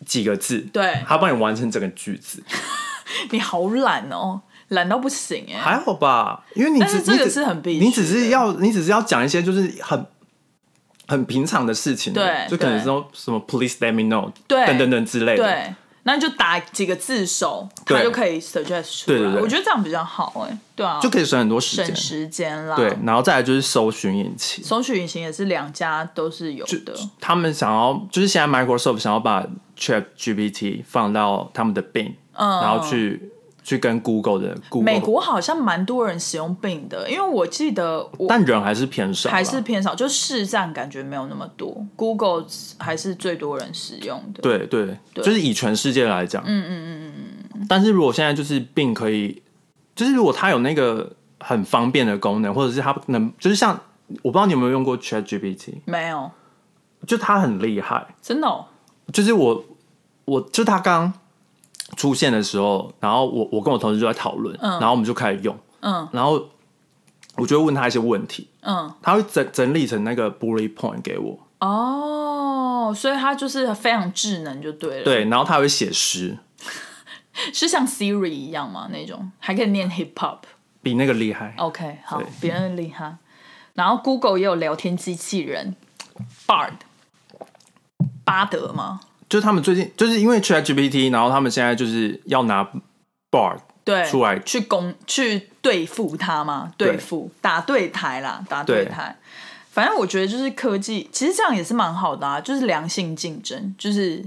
Speaker 1: 几个字，
Speaker 2: 对
Speaker 1: 他帮你完成整个句子，
Speaker 2: 你好懒哦，懒到不行哎、
Speaker 1: 还好吧？因为你
Speaker 2: 但
Speaker 1: 只
Speaker 2: 是这个
Speaker 1: 你只
Speaker 2: 是很必须的
Speaker 1: 你只是要你只是要讲一些就是很很平常的事情，
Speaker 2: 对
Speaker 1: 就可能
Speaker 2: 对
Speaker 1: 说什么 “please let me know”，
Speaker 2: 对
Speaker 1: 等等等之类的，
Speaker 2: 对，那你就打几个字首，
Speaker 1: 对
Speaker 2: 它就可以 suggest 出
Speaker 1: 对
Speaker 2: 来。
Speaker 1: 对对
Speaker 2: 我觉得这样比较好哎、对啊，
Speaker 1: 就可以省很多时
Speaker 2: 省
Speaker 1: 间。
Speaker 2: 时间啦。
Speaker 1: 对，，然后再来就是搜寻引擎，
Speaker 2: 搜寻引擎也是两家都是有的，
Speaker 1: 他们想要就是现在 Microsoft 想要把 Chat GPT 放到他们的 Bing，、然后去去跟 Google 的 Google，
Speaker 2: 嗯美国好像蛮多人使用 Bing 的，因为我记得我。
Speaker 1: 但人还是偏少啦，
Speaker 2: 还是偏少，就市占感觉没有那么多。Google 还是最多人使用的。
Speaker 1: 对对，就是以全世界来讲，嗯嗯嗯嗯。但是如果现在就是并可以，就是如果它有那个很方便的功能，或者是它能，就是像我不知道你有没有用过 Chat GPT，
Speaker 2: 没有，
Speaker 1: 就它很厉害。
Speaker 2: 真的、哦。
Speaker 1: 就是我，我就它刚出嗯现的时候，然后我我跟我同事就在讨论，然后我们就开始用，嗯，然后我就会问他一些问题，
Speaker 2: 嗯，
Speaker 1: 他会整整理成那个 bullet point 给我，
Speaker 2: 哦，所以它就是非常智能就对了，，
Speaker 1: 对，然后他会写诗，
Speaker 2: 是像 Siri 一样吗？那种还可以念 hip hop。
Speaker 1: 比那个厉害。
Speaker 2: OK，好
Speaker 1: 对，
Speaker 2: 别人厉害。然后 Google 也有聊天机器人 Bard，巴德吗？
Speaker 1: 就是他们最近就是因为 ChatGPT，然后他们现在就是要拿 Bard
Speaker 2: 对，
Speaker 1: 出来
Speaker 2: 去攻去对付他嘛，
Speaker 1: 对
Speaker 2: 对付打对台啦，打对
Speaker 1: 对
Speaker 2: 台。反正我觉得就是科技，其实这样也是蛮好的啊，就是良性竞争，就是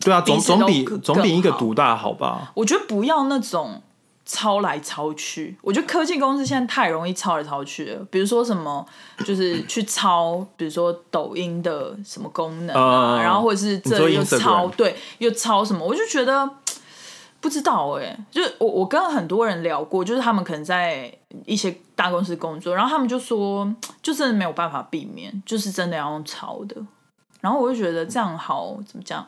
Speaker 1: 对啊，总
Speaker 2: 彼此都
Speaker 1: 总比
Speaker 2: 更
Speaker 1: 总比一个
Speaker 2: 更好
Speaker 1: 独大好吧？
Speaker 2: 我觉得不要那种抄来抄去。我觉得科技公司现在太容易抄来抄去了，比如说什么，就是去抄，比如说抖音的什么功能啊，
Speaker 1: 嗯
Speaker 2: 然后或者是这
Speaker 1: 你
Speaker 2: 又
Speaker 1: 说 Instagram
Speaker 2: 抄，对，又抄什么，我就觉得。不知道哎、就是我我跟很多人聊过，就是他们可能在一些大公司工作，然后他们就说，就真的没有办法避免，就是真的要用抄的。然后我就觉得这样好怎么讲，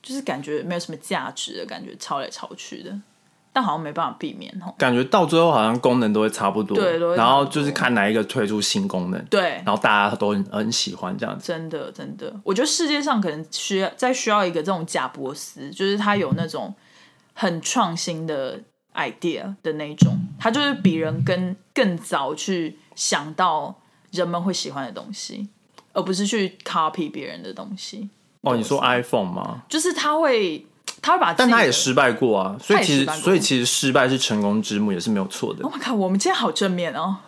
Speaker 2: 就是感觉没有什么价值的感觉，抄来抄去的，但好像没办法避免哦。
Speaker 1: 感觉到最后好像功能都会差不多，
Speaker 2: 对都会差不多
Speaker 1: 然后就是看哪一个推出新功能，
Speaker 2: 对，
Speaker 1: 然后大家都很很喜欢这样子。
Speaker 2: 真的真的，我觉得世界上可能需要再需要一个这种贾伯斯，就是他有那种很创新的 idea 的那种，他就是比人更更早去想到人们会喜欢的东西，而不是去 copy 别人的东西。
Speaker 1: 哦，你说 iPhone 吗？
Speaker 2: 就是他会，他会把自己的，
Speaker 1: 但他也失败过啊，所以其实
Speaker 2: 他也失败过
Speaker 1: 所以其实失败是成功之母，也是没有错的
Speaker 2: ，Oh。my Oh god，我们今天好正面哦，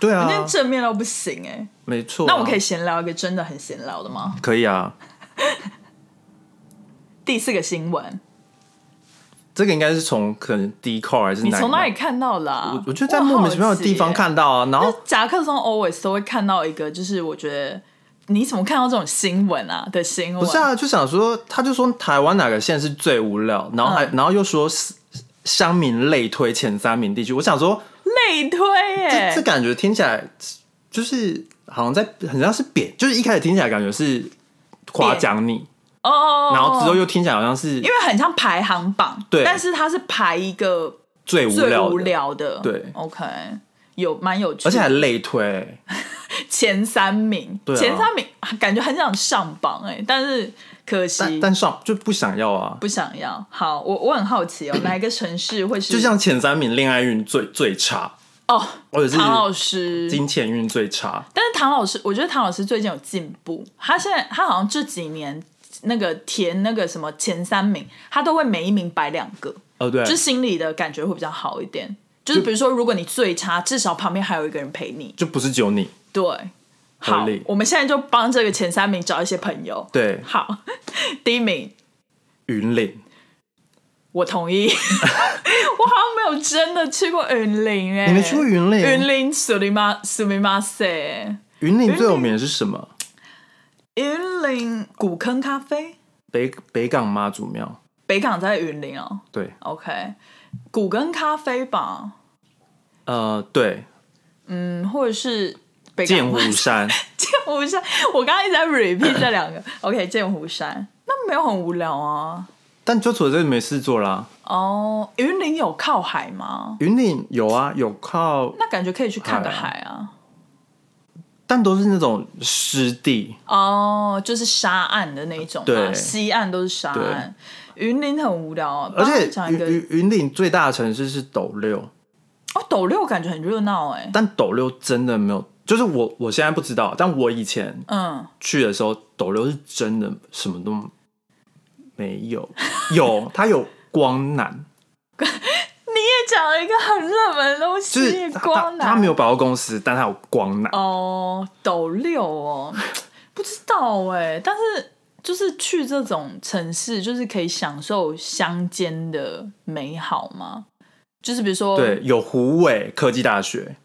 Speaker 1: 对啊
Speaker 2: 今，天正面到不行哎、
Speaker 1: 没错啊。
Speaker 2: 那我可以闲聊一个真的很闲聊的吗？
Speaker 1: 可以啊，
Speaker 2: 第四个新闻，
Speaker 1: 这个应该是从可能 d c a r 还是
Speaker 2: 你从哪
Speaker 1: 哪
Speaker 2: 里？看到啦、
Speaker 1: 我我觉得在莫名其妙的地方
Speaker 2: 我好奇耶。
Speaker 1: 看到啊，然后
Speaker 2: 夹克松 always 都会看到一个，就是我觉得你怎么看到这种新闻啊的新闻？
Speaker 1: 不是啊，就想说，他就说台湾哪个县是最无聊，然后还、
Speaker 2: 嗯
Speaker 1: 然后又说是乡民类推前三名地区，我想说，
Speaker 2: 内推耶、
Speaker 1: 这这感觉听起来就是好像在很像是贬，就是一开始听起来感觉是夸奖你，
Speaker 2: 哦哦，哦
Speaker 1: 然后之后又听起来好像是
Speaker 2: 因为很像排行榜，
Speaker 1: 对
Speaker 2: 但是它是排一个
Speaker 1: 最无
Speaker 2: 最
Speaker 1: 聊
Speaker 2: 无
Speaker 1: 的，
Speaker 2: 聊的，
Speaker 1: 对
Speaker 2: ，OK，有蛮有趣的，
Speaker 1: 而且还类推，
Speaker 2: 前三名，
Speaker 1: 对啊
Speaker 2: 前三名感觉很想上榜哎、但是可惜
Speaker 1: 但但上就不想要啊，
Speaker 2: 不想要。好，我我很好奇哦，哪一个城市会是
Speaker 1: 就像前三名恋爱运最最差，
Speaker 2: 哦，
Speaker 1: 或者是
Speaker 2: 唐老师
Speaker 1: 金钱运最差，
Speaker 2: 但是唐老师，我觉得唐老师最近有进步，他现在他好像这几年那个填那个什么前三名，他都会每一名摆两个，
Speaker 1: 哦对，
Speaker 2: 就心里的感觉会比较好一点。就是比如说，如果你最差，至少旁边还有一个人陪你。
Speaker 1: 就不是只有你，
Speaker 2: 对，好
Speaker 1: 合理，
Speaker 2: 我们现在就帮这个前三名找一些朋友。
Speaker 1: 对，
Speaker 2: 好，第一名
Speaker 1: 云岭。
Speaker 2: 我同意， 我好像没有真的去过云林哎、
Speaker 1: 你没去过云林
Speaker 2: 云林苏里马苏里马塞，
Speaker 1: 云林最有名的是什么？
Speaker 2: 云林古坑咖啡。
Speaker 1: 北北港妈祖庙。
Speaker 2: 北港在云林哦
Speaker 1: 对，
Speaker 2: ，OK，古根咖啡吧，
Speaker 1: 呃，对，
Speaker 2: 嗯，或者是北港
Speaker 1: 剑湖山，
Speaker 2: 剑湖山，我刚刚一直在 repeat 这两个，OK，剑湖山，那没有很无聊啊。
Speaker 1: 但就除了这个没事做啦。
Speaker 2: 哦，云林有靠海吗？
Speaker 1: 云林有啊，有靠，
Speaker 2: 那感觉可以去看个
Speaker 1: 海啊
Speaker 2: 海啊。
Speaker 1: 但都是那种湿地，
Speaker 2: 哦，就是沙岸的那一种、啊，
Speaker 1: 对
Speaker 2: 西岸都是沙岸。云林很无聊啊，
Speaker 1: 而
Speaker 2: 帮我
Speaker 1: 且
Speaker 2: 讲一
Speaker 1: 云
Speaker 2: 个
Speaker 1: 云云林最大的城市是斗六，
Speaker 2: 哦，斗六感觉很热闹哎，
Speaker 1: 但斗六真的没有，就是我我现在不知道，但我以前
Speaker 2: 嗯，
Speaker 1: 去的时候，斗六是真的什么都没 有，有它有光南，
Speaker 2: 你也讲了一个很热门的东
Speaker 1: 就
Speaker 2: 西
Speaker 1: 是，它
Speaker 2: 光
Speaker 1: 它
Speaker 2: 南
Speaker 1: 它没有百货公司，但它有光南。
Speaker 2: 哦，斗六哦， 不知道哎、但是就是去这种城市，就是可以享受乡间的美好吗？就是比如说，
Speaker 1: 对，有湖尾科技大学，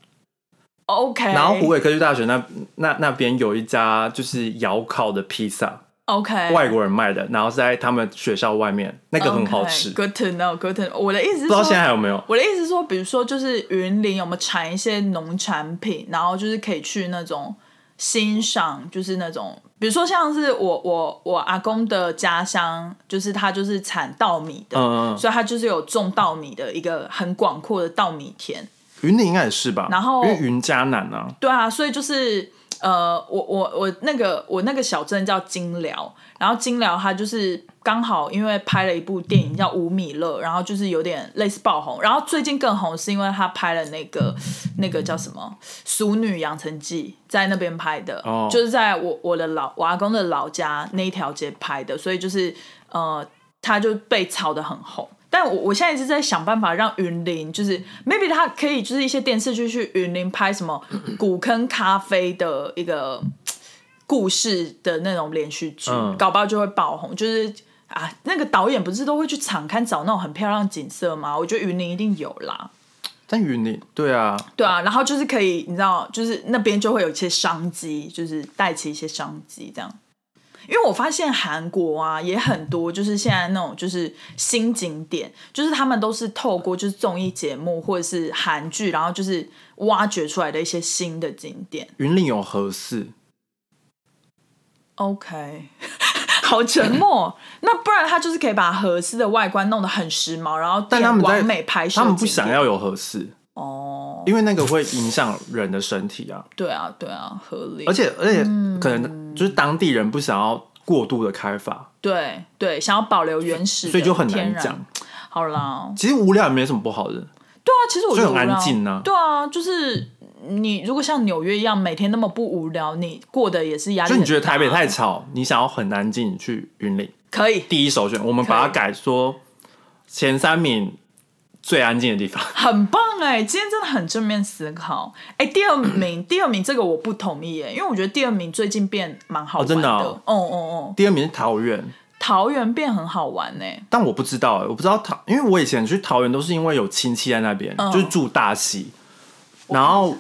Speaker 2: ，OK，
Speaker 1: 然后湖尾科技大学那那那边有一家就是窑烤的披萨，
Speaker 2: ，OK，
Speaker 1: 外国人卖的，然后是在他们学校外面，那个很好吃，不
Speaker 2: Good to know，Good to know。我的意思是
Speaker 1: 知道
Speaker 2: 说
Speaker 1: 现。在还有没有？
Speaker 2: 我的意思是说，比如说，就是云林有没有产一些农产品，然后就是可以去那种欣赏，就是那种，比如说像是我我我阿公的家乡，就是他就是产稻米的，
Speaker 1: 嗯嗯嗯
Speaker 2: 所以他就是有种稻米的一个很广阔的稻米田。
Speaker 1: 云林应该也是吧？
Speaker 2: 然后
Speaker 1: 因为云嘉南啊，
Speaker 2: 对啊，所以就是呃，我我我那个我那个小镇叫金寮，然后金寮它就是刚好因为拍了一部电影叫《五米勒》，然后就是有点类似爆红，然后最近更红是因为他拍了那个那个叫什么《俗女养成记》在那边拍的，
Speaker 1: 哦
Speaker 2: 就是在我我的老我阿公的老家那一条街拍的，所以就是呃，他就被炒得很红。但我我现在一直在想办法让云林，就是 maybe 他可以就是一些电视剧去云林拍什么古坑咖啡的一个嗯故事的那种连续剧，
Speaker 1: 嗯
Speaker 2: 搞不好就会爆红。就是啊，那个导演不是都会去场刊找那种很漂亮的景色吗？我觉得云林一定有啦，
Speaker 1: 但云林对啊，
Speaker 2: 对啊，然后就是可以，你知道，就是那边就会有一些商机，就是带起一些商机这样。因为我发现韩国啊也很多，就是现在那种就是新景点，就是他们都是透过就是综艺节目或者是韩剧，然后就是挖掘出来的一些新的景点。
Speaker 1: 云林有河寺，
Speaker 2: OK，好沉默。那不然他就是可以把合适的外观弄得很时髦，然后
Speaker 1: 但他们在
Speaker 2: 完美拍摄景点。
Speaker 1: 他们不想要有河寺，
Speaker 2: 哦，
Speaker 1: 因为那个会影响人的身体啊，
Speaker 2: 对啊，对啊，合理。
Speaker 1: 而且而且可能就是当地人不想要过度的开发，
Speaker 2: 对对，想要保留原始的，
Speaker 1: 所以就很
Speaker 2: 天
Speaker 1: 难
Speaker 2: 然
Speaker 1: 讲。。
Speaker 2: 好啦，
Speaker 1: 其实无聊也没什么不好的，
Speaker 2: 对啊，其实我觉
Speaker 1: 就
Speaker 2: 得
Speaker 1: 很
Speaker 2: 无聊
Speaker 1: 安静啊
Speaker 2: 对啊，就是你如果像纽约一样每天那么不无聊，你过得也是压力
Speaker 1: 就
Speaker 2: 很大。
Speaker 1: 你觉得台北太吵，你想要很安静，你去云林
Speaker 2: 可以
Speaker 1: 第一首选，我们把它
Speaker 2: 可以
Speaker 1: 改说前三名最安静的地方。
Speaker 2: 很棒哎、今天真的很正面思考哎、第二名，第二名这个我不同意哎、因为我觉得第二名最近变蛮好
Speaker 1: 哦
Speaker 2: 玩
Speaker 1: 真的
Speaker 2: 的，
Speaker 1: 哦
Speaker 2: 哦哦哦，
Speaker 1: 第二名是桃园，
Speaker 2: 桃园变很好玩哎、
Speaker 1: 但我不知道、欸，我不知道桃，因为我以前去桃园都是因为有亲戚在那边，
Speaker 2: 嗯
Speaker 1: 就是住大溪，然后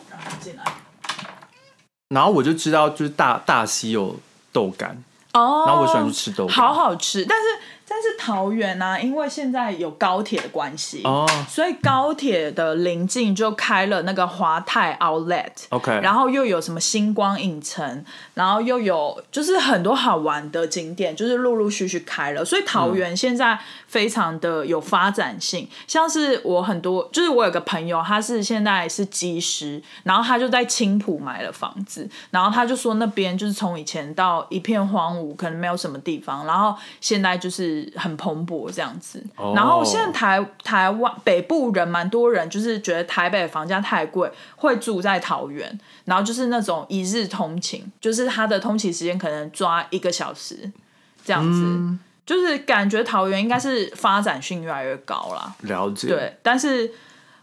Speaker 1: 然后我就知道就是大大溪有豆干，
Speaker 2: 哦，
Speaker 1: 然后我喜欢去吃豆干
Speaker 2: 好好吃。但是但是桃园呢、因为现在有高铁的关系，
Speaker 1: 哦
Speaker 2: 所以高铁的临近就开了那个华泰 Outlet。
Speaker 1: ，OK，
Speaker 2: 然后又有什么星光影城，然后又有就是很多好玩的景点，就是陆陆续续开了，所以桃园现在非常的有发展性。像是我很多，就是我有个朋友，他是现在是技师，然后他就在青浦买了房子，然后他就说那边就是从以前到一片荒芜，可能没有什么地方，然后现在就是很蓬勃这样子。
Speaker 1: 哦
Speaker 2: 然后现在台台湾北部人蛮多人，就是觉得台北的房价太贵，会住在桃园，然后就是那种一日通勤，就是他的通勤时间可能抓一个小时这样子，
Speaker 1: 嗯
Speaker 2: 就是感觉桃园应该是发展性越来越高啦。
Speaker 1: 了解。，
Speaker 2: 对，但是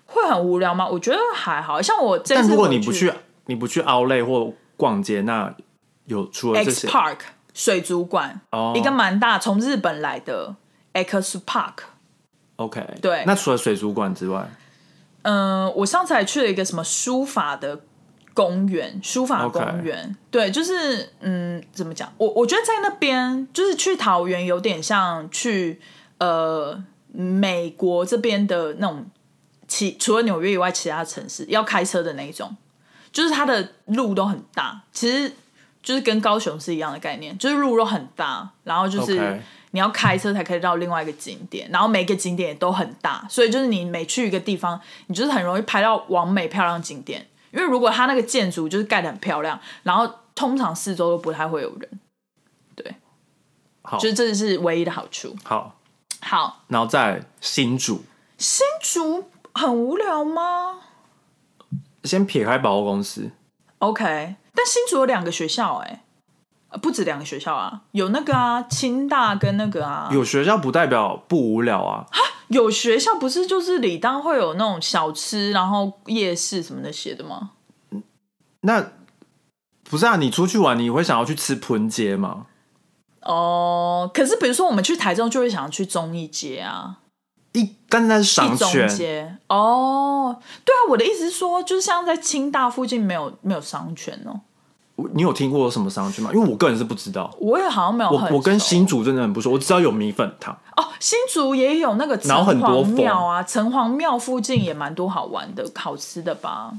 Speaker 2: 会很无聊吗？我觉得还好像我这次
Speaker 1: 但如果你
Speaker 2: 回
Speaker 1: 不去你不去 Outlet 或逛街，那有除了这
Speaker 2: X
Speaker 1: 些
Speaker 2: Park 水族馆，
Speaker 1: 哦
Speaker 2: 一个蛮大从日本来的 X Park。
Speaker 1: OK，
Speaker 2: 对
Speaker 1: 那除了水族馆之外，
Speaker 2: 嗯，我上次还去了一个什么书法的公园，书法
Speaker 1: OK
Speaker 2: 公园。对，就是嗯，怎么讲？我我觉得在那边，就是去桃园有点像去呃美国这边的那种其除了纽约以外其他城市要开车的那一种，就是它的路都很大，其实就是跟高雄是一样的概念，就是路都很大，然后就是。
Speaker 1: OK
Speaker 2: 你要开车才可以到另外一个景点，然后每个景点也都很大，所以就是你每去一个地方，你就是很容易拍到完美漂亮景点。因为如果它那个建筑就是盖得很漂亮，然后通常四周都不太会有人，
Speaker 1: 好
Speaker 2: 就是这是唯一的好处。
Speaker 1: 好，
Speaker 2: 好，
Speaker 1: 然后再来新竹，
Speaker 2: 新竹很无聊吗
Speaker 1: 先撇开百货公司，
Speaker 2: ？OK，但新竹有两个学校哎、呃不止两个学校啊，有那个啊，清大跟那个啊，
Speaker 1: 有学校不代表不无聊啊。
Speaker 2: 有学校不是就是理当会有那种小吃，然后夜市什么那些的吗？
Speaker 1: 那不是啊，你出去玩你会想要去吃盆街吗？
Speaker 2: 哦，可是比如说我们去台中就会想去中义街啊，
Speaker 1: 一，但是那是商
Speaker 2: 一中
Speaker 1: 圈，
Speaker 2: 街。哦，对啊，我的意思是说，就是像在清大附近没有没有商圈哦，
Speaker 1: 我你有听过有什么商圈吗？因为我个人是不知道，
Speaker 2: 我也好像没有哦很
Speaker 1: 我我跟
Speaker 2: 熟
Speaker 1: 新竹真的很不熟，我只知道有米粉汤。
Speaker 2: 哦新竹也有那个
Speaker 1: 然后很
Speaker 2: 城
Speaker 1: 多
Speaker 2: 隍
Speaker 1: 风
Speaker 2: 庙啊，城隍庙附近也蛮多好玩的好吃的吧？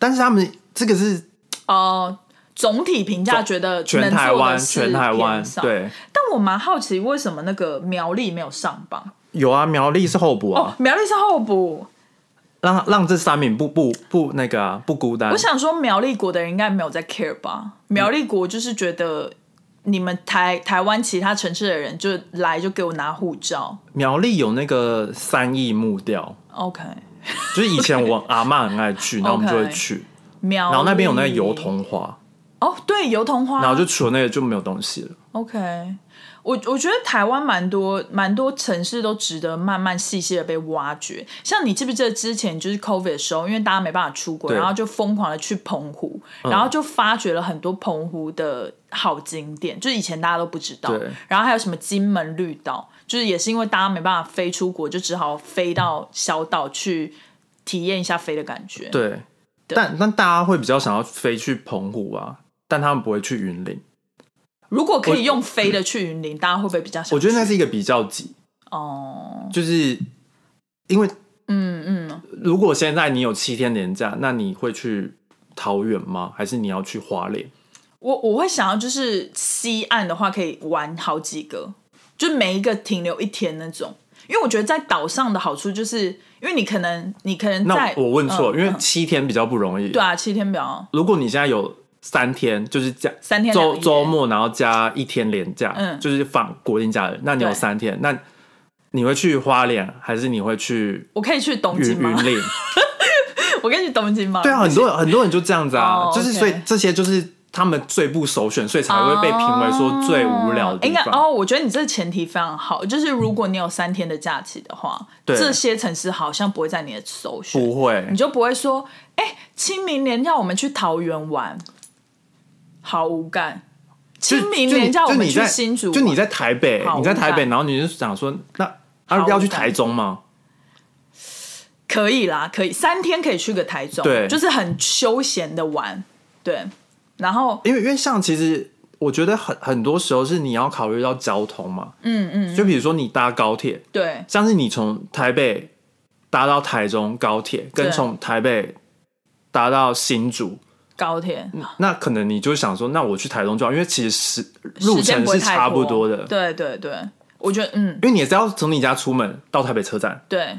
Speaker 1: 但是他们这个是
Speaker 2: 哦、总体评价觉得
Speaker 1: 全
Speaker 2: 能
Speaker 1: 台
Speaker 2: 做的
Speaker 1: 湾，
Speaker 2: 事
Speaker 1: 全台湾
Speaker 2: 偏少，
Speaker 1: 对，
Speaker 2: 但我蛮好奇为什么那个苗栗没有上榜
Speaker 1: 有啊，苗栗是候补
Speaker 2: 哦
Speaker 1: 啊，，
Speaker 2: 苗栗是候补。
Speaker 1: 让让这三名不不不那个、啊、不孤单
Speaker 2: 我。想说苗栗国的人应该没有在 care 吧？苗栗国就是觉得你们台台湾其他城市的人就来就给我拿护照
Speaker 1: 苗栗有那个三义木雕，
Speaker 2: ，OK？
Speaker 1: 就是以前 我阿嬷很爱去，然后我们就会
Speaker 2: OK
Speaker 1: 去。
Speaker 2: 苗栗，
Speaker 1: 然后那边有那个油桐花，
Speaker 2: 哦，对，油桐花，
Speaker 1: 然后就除了那个就没有东西了。
Speaker 2: OK，我我觉得台湾蛮多蛮多城市都值得慢慢细细的被挖掘。像你记不记得之前就是 COVID 的时候，因为大家没办法出国，
Speaker 1: 对嗯
Speaker 2: 然后就疯狂的去澎湖，然后就发掘了很多澎湖的好景点，就是以前大家都不知道
Speaker 1: 对。
Speaker 2: 然后还有什么金门绿岛，就是也是因为大家没办法飞出国，就只好飞到小岛去体验一下飞的感觉。
Speaker 1: 对，但但大家会比较想要飞去澎湖啊，但他们不会去云林。
Speaker 2: 如果可以用飞的去云林，大家会不会比较想去？
Speaker 1: 我觉得那是一个比较级，
Speaker 2: 哦，
Speaker 1: 就是因为
Speaker 2: 嗯嗯。
Speaker 1: 如果现在你有七天年假，那你会去桃园吗？还是你要去花莲？
Speaker 2: 我我会想要就是西岸的话，可以玩好几个，就每一个停留一天那种。因为我觉得在岛上的好处就是，因为你可能你可能
Speaker 1: 那
Speaker 2: 在
Speaker 1: 我问错，
Speaker 2: 嗯
Speaker 1: 因为
Speaker 2: 嗯
Speaker 1: 七天比较不容易。
Speaker 2: 对啊，七天表
Speaker 1: 如果你现在有三天，就是加
Speaker 2: 三天两
Speaker 1: 周
Speaker 2: 夜
Speaker 1: 周末，然后加一天连假，
Speaker 2: 嗯
Speaker 1: 就是放国定假日，那你有
Speaker 2: 对
Speaker 1: 三天，那你会去花莲，还是你会去
Speaker 2: 我可以去东
Speaker 1: 云
Speaker 2: 京吗
Speaker 1: 云？ 林？
Speaker 2: 我可以去东京吗？
Speaker 1: 对啊，很多很多人就这样子啊，
Speaker 2: 哦
Speaker 1: 就是
Speaker 2: OK
Speaker 1: 所以这些就是他们最不首选，所以才会被评为说最无聊的
Speaker 2: 应
Speaker 1: 地
Speaker 2: 该
Speaker 1: 方。
Speaker 2: 哦，我觉得你这个前提非常好，就是如果你有三天的假期的话，
Speaker 1: 对
Speaker 2: 这些城市好像不会在你的首选，
Speaker 1: 不会
Speaker 2: 你，就不会说，哎、清明连假我们去桃园玩，毫无感。
Speaker 1: 就
Speaker 2: 清明连假我
Speaker 1: 就
Speaker 2: 们
Speaker 1: 你
Speaker 2: 去
Speaker 1: 在
Speaker 2: 新竹玩，
Speaker 1: 就你在台北
Speaker 2: 好，
Speaker 1: 你在台
Speaker 2: 无
Speaker 1: 北，
Speaker 2: 感
Speaker 1: 然后你就想说，那
Speaker 2: 好
Speaker 1: 啊
Speaker 2: 无
Speaker 1: 要去
Speaker 2: 感
Speaker 1: 台中吗？
Speaker 2: 可以啦，可以三天可以去个台中，
Speaker 1: 对
Speaker 2: 就是很休闲的玩，对。然后
Speaker 1: 因为因为像其实我觉得很很多时候是你要考虑到交通嘛，嗯嗯，就比如说你搭高铁，
Speaker 2: 对
Speaker 1: 像是你从台北搭到台中高铁，跟
Speaker 2: 对
Speaker 1: 从台北搭到新竹，
Speaker 2: 高铁
Speaker 1: 那可能你就想说，那我去台中就好，因为其实时路
Speaker 2: 时间
Speaker 1: 程
Speaker 2: 不会
Speaker 1: 是
Speaker 2: 太
Speaker 1: 差不多的，
Speaker 2: 对对对，我觉得嗯
Speaker 1: 因为你也是要从你家出门到台北车站
Speaker 2: 对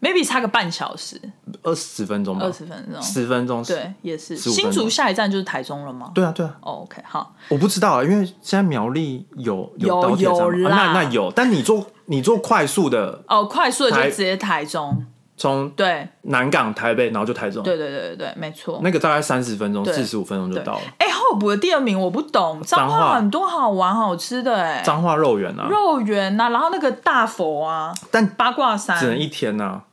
Speaker 2: ，maybe 差个半小时，
Speaker 1: 二十分钟吧
Speaker 2: 二，十分钟，
Speaker 1: 十分钟，
Speaker 2: 对，也是。
Speaker 1: 15分
Speaker 2: 新
Speaker 1: 钟
Speaker 2: 竹下一站就是台中了吗？
Speaker 1: 对啊对啊，
Speaker 2: 哦，OK，好，
Speaker 1: 我不知道啊，因为现在苗栗有
Speaker 2: 有
Speaker 1: 高铁站
Speaker 2: 有
Speaker 1: 吗、啊
Speaker 2: 啦
Speaker 1: 那那有，但你坐你坐快速的
Speaker 2: 哦，快速的就
Speaker 1: 台
Speaker 2: 直接台中，
Speaker 1: 从
Speaker 2: 对
Speaker 1: 南港台北，然后就台中，
Speaker 2: 对对对对对，没错。
Speaker 1: 那个大概三十分钟
Speaker 2: 对
Speaker 1: 四十五分钟就
Speaker 2: 对
Speaker 1: 到了，。
Speaker 2: 哎、候补的第二名我不懂，彰
Speaker 1: 彰化
Speaker 2: 化很多好玩好吃的哎、
Speaker 1: 彰化肉圆啊，
Speaker 2: 肉圆呐、然后那个大佛啊，
Speaker 1: 但
Speaker 2: 八卦山
Speaker 1: 只，能一天呐、啊。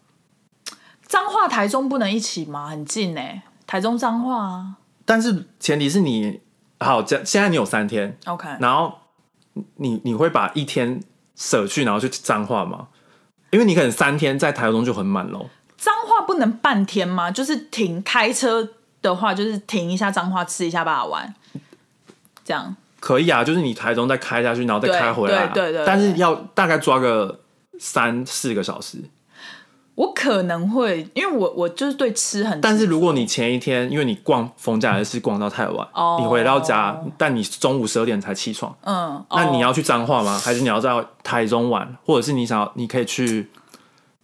Speaker 2: 彰化台中不能一起吗？很近哎、台中彰化啊
Speaker 1: 但是前提是你好，这现在你有三天，
Speaker 2: ，OK，
Speaker 1: 然后你你会把一天舍去，然后去彰化吗？因为你可能三天在台中就很满喽。
Speaker 2: 彰化不能半天吗？就是停开车的话，就是停一下彰化吃一下霸丸，这样
Speaker 1: 可以啊，就是你台中再开下去，然后再
Speaker 2: 对
Speaker 1: 开回来啊、
Speaker 2: 对对对对
Speaker 1: 但是要大概抓个三四个小时。
Speaker 2: 我可能会，因为我我就是对吃很，
Speaker 1: 但是如果你前一天因为你逛逢甲夜市逛到太晚，
Speaker 2: 哦
Speaker 1: 你回到家，但你中午十二点才起床，
Speaker 2: 嗯，
Speaker 1: 那你
Speaker 2: 哦
Speaker 1: 要去彰化吗？还是你要在台中玩？或者是你想要，你可以去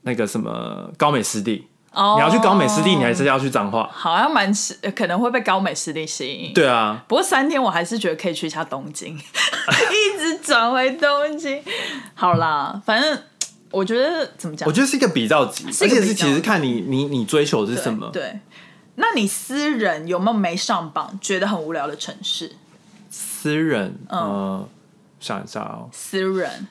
Speaker 1: 那个什么高美湿地？
Speaker 2: 哦
Speaker 1: 你要去高美湿地，你还是要去彰化？
Speaker 2: 好像蛮是可能会被高美湿地吸引，
Speaker 1: 对啊，
Speaker 2: 不过三天我还是觉得可以去一下东京， 一直转回东京。好啦，反正我觉得怎么讲
Speaker 1: 我，觉得是一个比较级，
Speaker 2: 是
Speaker 1: 而
Speaker 2: 一个比
Speaker 1: 且
Speaker 2: 较
Speaker 1: 是其实看你你你追求的是什么。
Speaker 2: 对，那你私人有没有没上榜觉得很无聊的城市？
Speaker 1: 私人，
Speaker 2: 嗯
Speaker 1: 呃，想一下哦，
Speaker 2: 私人，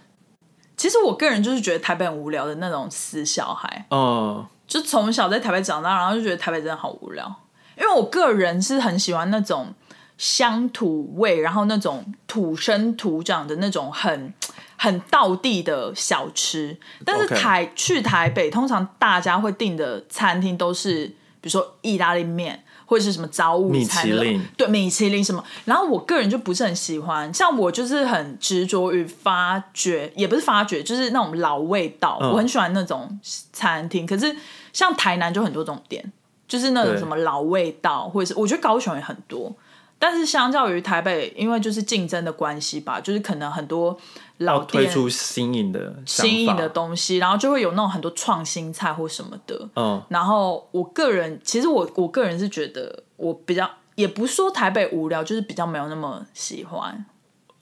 Speaker 2: 其实我个人就是觉得台北很无聊的那种死小孩，
Speaker 1: 嗯，
Speaker 2: 就从小在台北长大，然后就觉得台北真的好无聊。因为我个人是很喜欢那种乡土味，然后那种土生土长的那种很很道地的小吃。但是
Speaker 1: OK
Speaker 2: 台去台北，通常大家会订的餐厅都是，比如说意大利面。或者是什么早午餐
Speaker 1: 米其
Speaker 2: 了
Speaker 1: 林
Speaker 2: 对米其林什么，然后我个人就不是很喜欢，像我就是很执着于发掘，也不是发掘，就是那种老味道，
Speaker 1: 嗯
Speaker 2: 我很喜欢那种餐厅。可是像台南就很多这种店，就是那种
Speaker 1: 对
Speaker 2: 什么老味道，或者是我觉得高雄也很多。但是相较于台北，因为就是竞争的关系吧，就是可能很多老
Speaker 1: 要推
Speaker 2: 店
Speaker 1: 出新颖的想法
Speaker 2: 新颖的东西，然后就会有那种很多创新菜或什么的。
Speaker 1: 嗯
Speaker 2: 然后我个人，其实我我个人是觉得我比较，也不是说台北无聊，就是比较没有那么喜欢，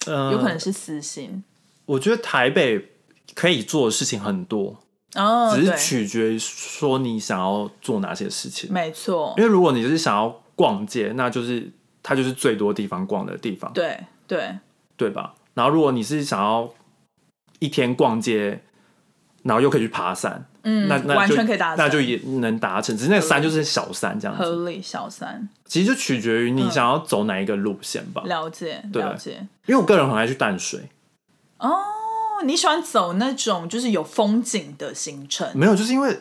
Speaker 1: 嗯，
Speaker 2: 有可能是私心。
Speaker 1: 我觉得台北可以做的事情很多，
Speaker 2: 哦，
Speaker 1: 只
Speaker 2: 对
Speaker 1: 是，取决于说你想要做哪些事情。
Speaker 2: 没错
Speaker 1: 因，为如果你就是想要逛街，那就是它就是最多地方逛的地方，
Speaker 2: 对对
Speaker 1: 对吧？然后如果你是想要一天逛街，然后又可以去爬山，嗯，那那
Speaker 2: 完
Speaker 1: 就
Speaker 2: 全可以达成
Speaker 1: 那就也能达成。只是那个山就是小山这样子，
Speaker 2: 合理小三，
Speaker 1: 其实就取决于你想要走哪一个路线吧。
Speaker 2: 了嗯解
Speaker 1: 对
Speaker 2: 了解。
Speaker 1: 因为我个人很爱去淡水，
Speaker 2: 哦，你喜欢走那种就是有风景的行程，
Speaker 1: 没有，就是因为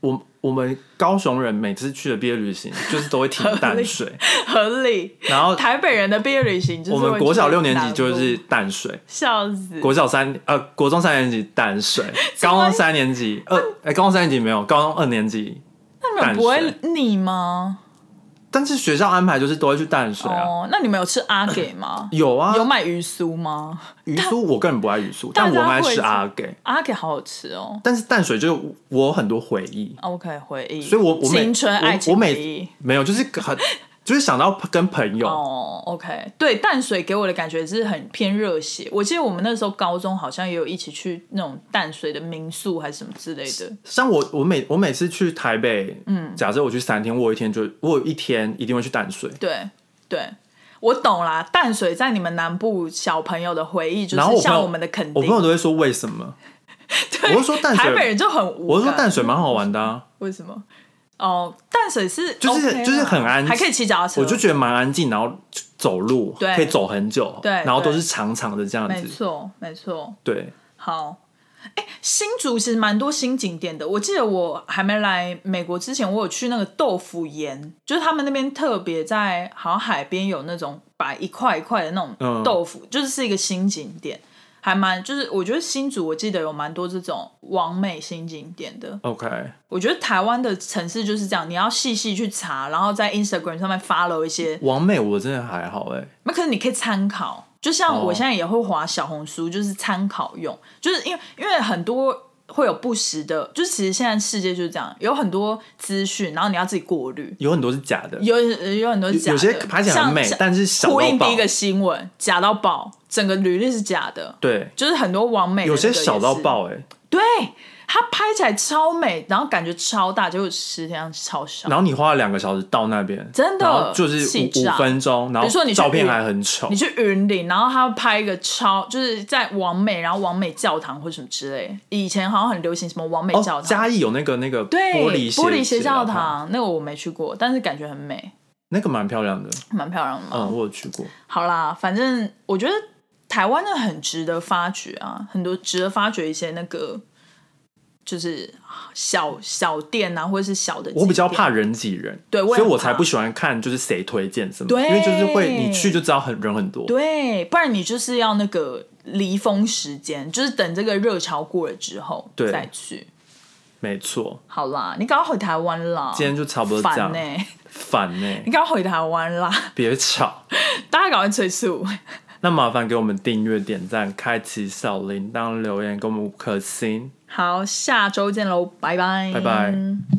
Speaker 1: 我我们高雄人每次去的毕业旅行，就是 都会停淡水，
Speaker 2: 合理。
Speaker 1: 然后
Speaker 2: 台北人的毕业旅行就是
Speaker 1: 嗯哦我们
Speaker 2: 会
Speaker 1: 国小
Speaker 2: 去
Speaker 1: 六年
Speaker 2: 南
Speaker 1: 级就
Speaker 2: 部
Speaker 1: 是淡水，
Speaker 2: 笑死，
Speaker 1: 国小三呃国中三年级淡 水，高中三年级二哎高中三年级没有，高中二年级，
Speaker 2: 那你们不
Speaker 1: 淡
Speaker 2: 会腻吗？
Speaker 1: 但是学校安排就是都会去淡水啊，？
Speaker 2: 哦，那你们有吃阿给吗
Speaker 1: 有啊
Speaker 2: 有买鱼酥吗？啊
Speaker 1: 鱼酥我个人不爱鱼酥，
Speaker 2: 大
Speaker 1: 但
Speaker 2: 家
Speaker 1: 我们爱
Speaker 2: 会
Speaker 1: 吃
Speaker 2: 吃
Speaker 1: 阿给，
Speaker 2: 阿给好好吃哦。啊
Speaker 1: 但是淡水就我有很多回忆，
Speaker 2: OK，回忆，
Speaker 1: 所以我我每
Speaker 2: 青春
Speaker 1: 我
Speaker 2: 爱情
Speaker 1: 我
Speaker 2: 回
Speaker 1: 每
Speaker 2: 忆。
Speaker 1: 没有就是很 就是想到跟朋友。
Speaker 2: 哦，OK，对，淡水给我的感觉是很偏热血。我记得我们那时候高中好像也有一起去那种淡水的民宿还是什么之类的。
Speaker 1: 像我，我每我每次去台北，嗯，假设我去三天，我有一天就我有一天一定会去淡水，
Speaker 2: 对，对，我懂啦。淡水在你们南部小朋友的回忆，就
Speaker 1: 然后
Speaker 2: 是
Speaker 1: 我朋
Speaker 2: 像
Speaker 1: 友
Speaker 2: 我们的垦
Speaker 1: 我
Speaker 2: 丁
Speaker 1: 朋。友都会说为什么？
Speaker 2: 对
Speaker 1: 我是说淡水
Speaker 2: 台北人就很无感。
Speaker 1: 我是说淡水蛮好玩的啊，
Speaker 2: 为什么？哦，淡水是
Speaker 1: 就是
Speaker 2: OK 啦
Speaker 1: 就是很安
Speaker 2: 还可以骑脚踏车，
Speaker 1: 我就觉得蛮安静，然后走路
Speaker 2: 对
Speaker 1: 可以走很久，
Speaker 2: 对
Speaker 1: 然后都
Speaker 2: 对
Speaker 1: 是长长的这样
Speaker 2: 没
Speaker 1: 子，
Speaker 2: 错没错。
Speaker 1: 对，
Speaker 2: 好，哎，新竹其实蛮多新景点的。我记得我还没来美国之前，我有去那个豆腐岩，就是他们那边特别在好像海边有那种摆一块一块的那
Speaker 1: 嗯
Speaker 2: 种豆腐，就是是一个新景点。还蛮，就是我觉得新竹，我记得有蛮多这种完美新景点的。
Speaker 1: OK，
Speaker 2: 我觉得台湾的城市就是这样，你要细细去查，然后在 Instagram 上面 follow 一些
Speaker 1: 王美我真的还好哎、
Speaker 2: 那可是你可以参考，就像
Speaker 1: 哦
Speaker 2: 我现在也会划小红书，就是参考用，就是因为因为很多会有不实的，就是其实现在世界就是这样，有很多资讯，然后你要自己过滤。
Speaker 1: 有很多是假的，
Speaker 2: 有有很多假的，
Speaker 1: 有些拍起来很美
Speaker 2: 像
Speaker 1: 但是小到
Speaker 2: 呼应
Speaker 1: 爆
Speaker 2: 第一个新闻，假到爆，整个履历是假的，
Speaker 1: 对，
Speaker 2: 就是很多网美的
Speaker 1: 有些
Speaker 2: 那个也
Speaker 1: 小到
Speaker 2: 是，
Speaker 1: 爆哎、
Speaker 2: 对，它拍起来超美，然后感觉超大，结果实际上是超小。
Speaker 1: 然后你花了两个小时到那边，
Speaker 2: 真的
Speaker 1: 然后就是
Speaker 2: 气
Speaker 1: 五
Speaker 2: 炸
Speaker 1: 五分钟，然
Speaker 2: 比如说
Speaker 1: 后
Speaker 2: 你去
Speaker 1: 照片
Speaker 2: 云
Speaker 1: 还很丑
Speaker 2: 你，去云林，然后他拍一个超，就是在王美，然后王美教堂或什么之类。以前好像很流行什么王美教
Speaker 1: 哦，
Speaker 2: 堂，
Speaker 1: 嘉义有那个那个
Speaker 2: 对，
Speaker 1: 玻璃啊
Speaker 2: 玻璃
Speaker 1: 斜
Speaker 2: 斜教，堂，那个我没去过，但是感觉很美，
Speaker 1: 那个蛮漂亮的，
Speaker 2: 蛮漂亮的嘛。
Speaker 1: 嗯，我有去过。
Speaker 2: 好啦，反正我觉得台湾真的很值得发掘啊，很多值得发掘一些那个就是小小店啊，或者是小的。
Speaker 1: 我比较怕，人挤人，
Speaker 2: 对我也
Speaker 1: 所以我
Speaker 2: 怕
Speaker 1: 才不喜欢看就是谁推荐什么，
Speaker 2: 对
Speaker 1: 因为就是会你去就知道很人很多，
Speaker 2: 对，不然你就是要那个离峰时间，就是等这个热潮过了之后
Speaker 1: 对
Speaker 2: 再去。
Speaker 1: 没错，
Speaker 2: 好啦，你赶快回台湾啦！
Speaker 1: 今天就差不多这
Speaker 2: 烦欸
Speaker 1: 样
Speaker 2: 呢、，
Speaker 1: 烦呢，
Speaker 2: 你赶快回台湾啦！
Speaker 1: 别吵。
Speaker 2: 大家赶快催促。
Speaker 1: 那麻烦给我们订阅、点赞、开启小铃铛、留言，给我们五颗星。
Speaker 2: 好，下周见喽，拜拜，
Speaker 1: 拜拜。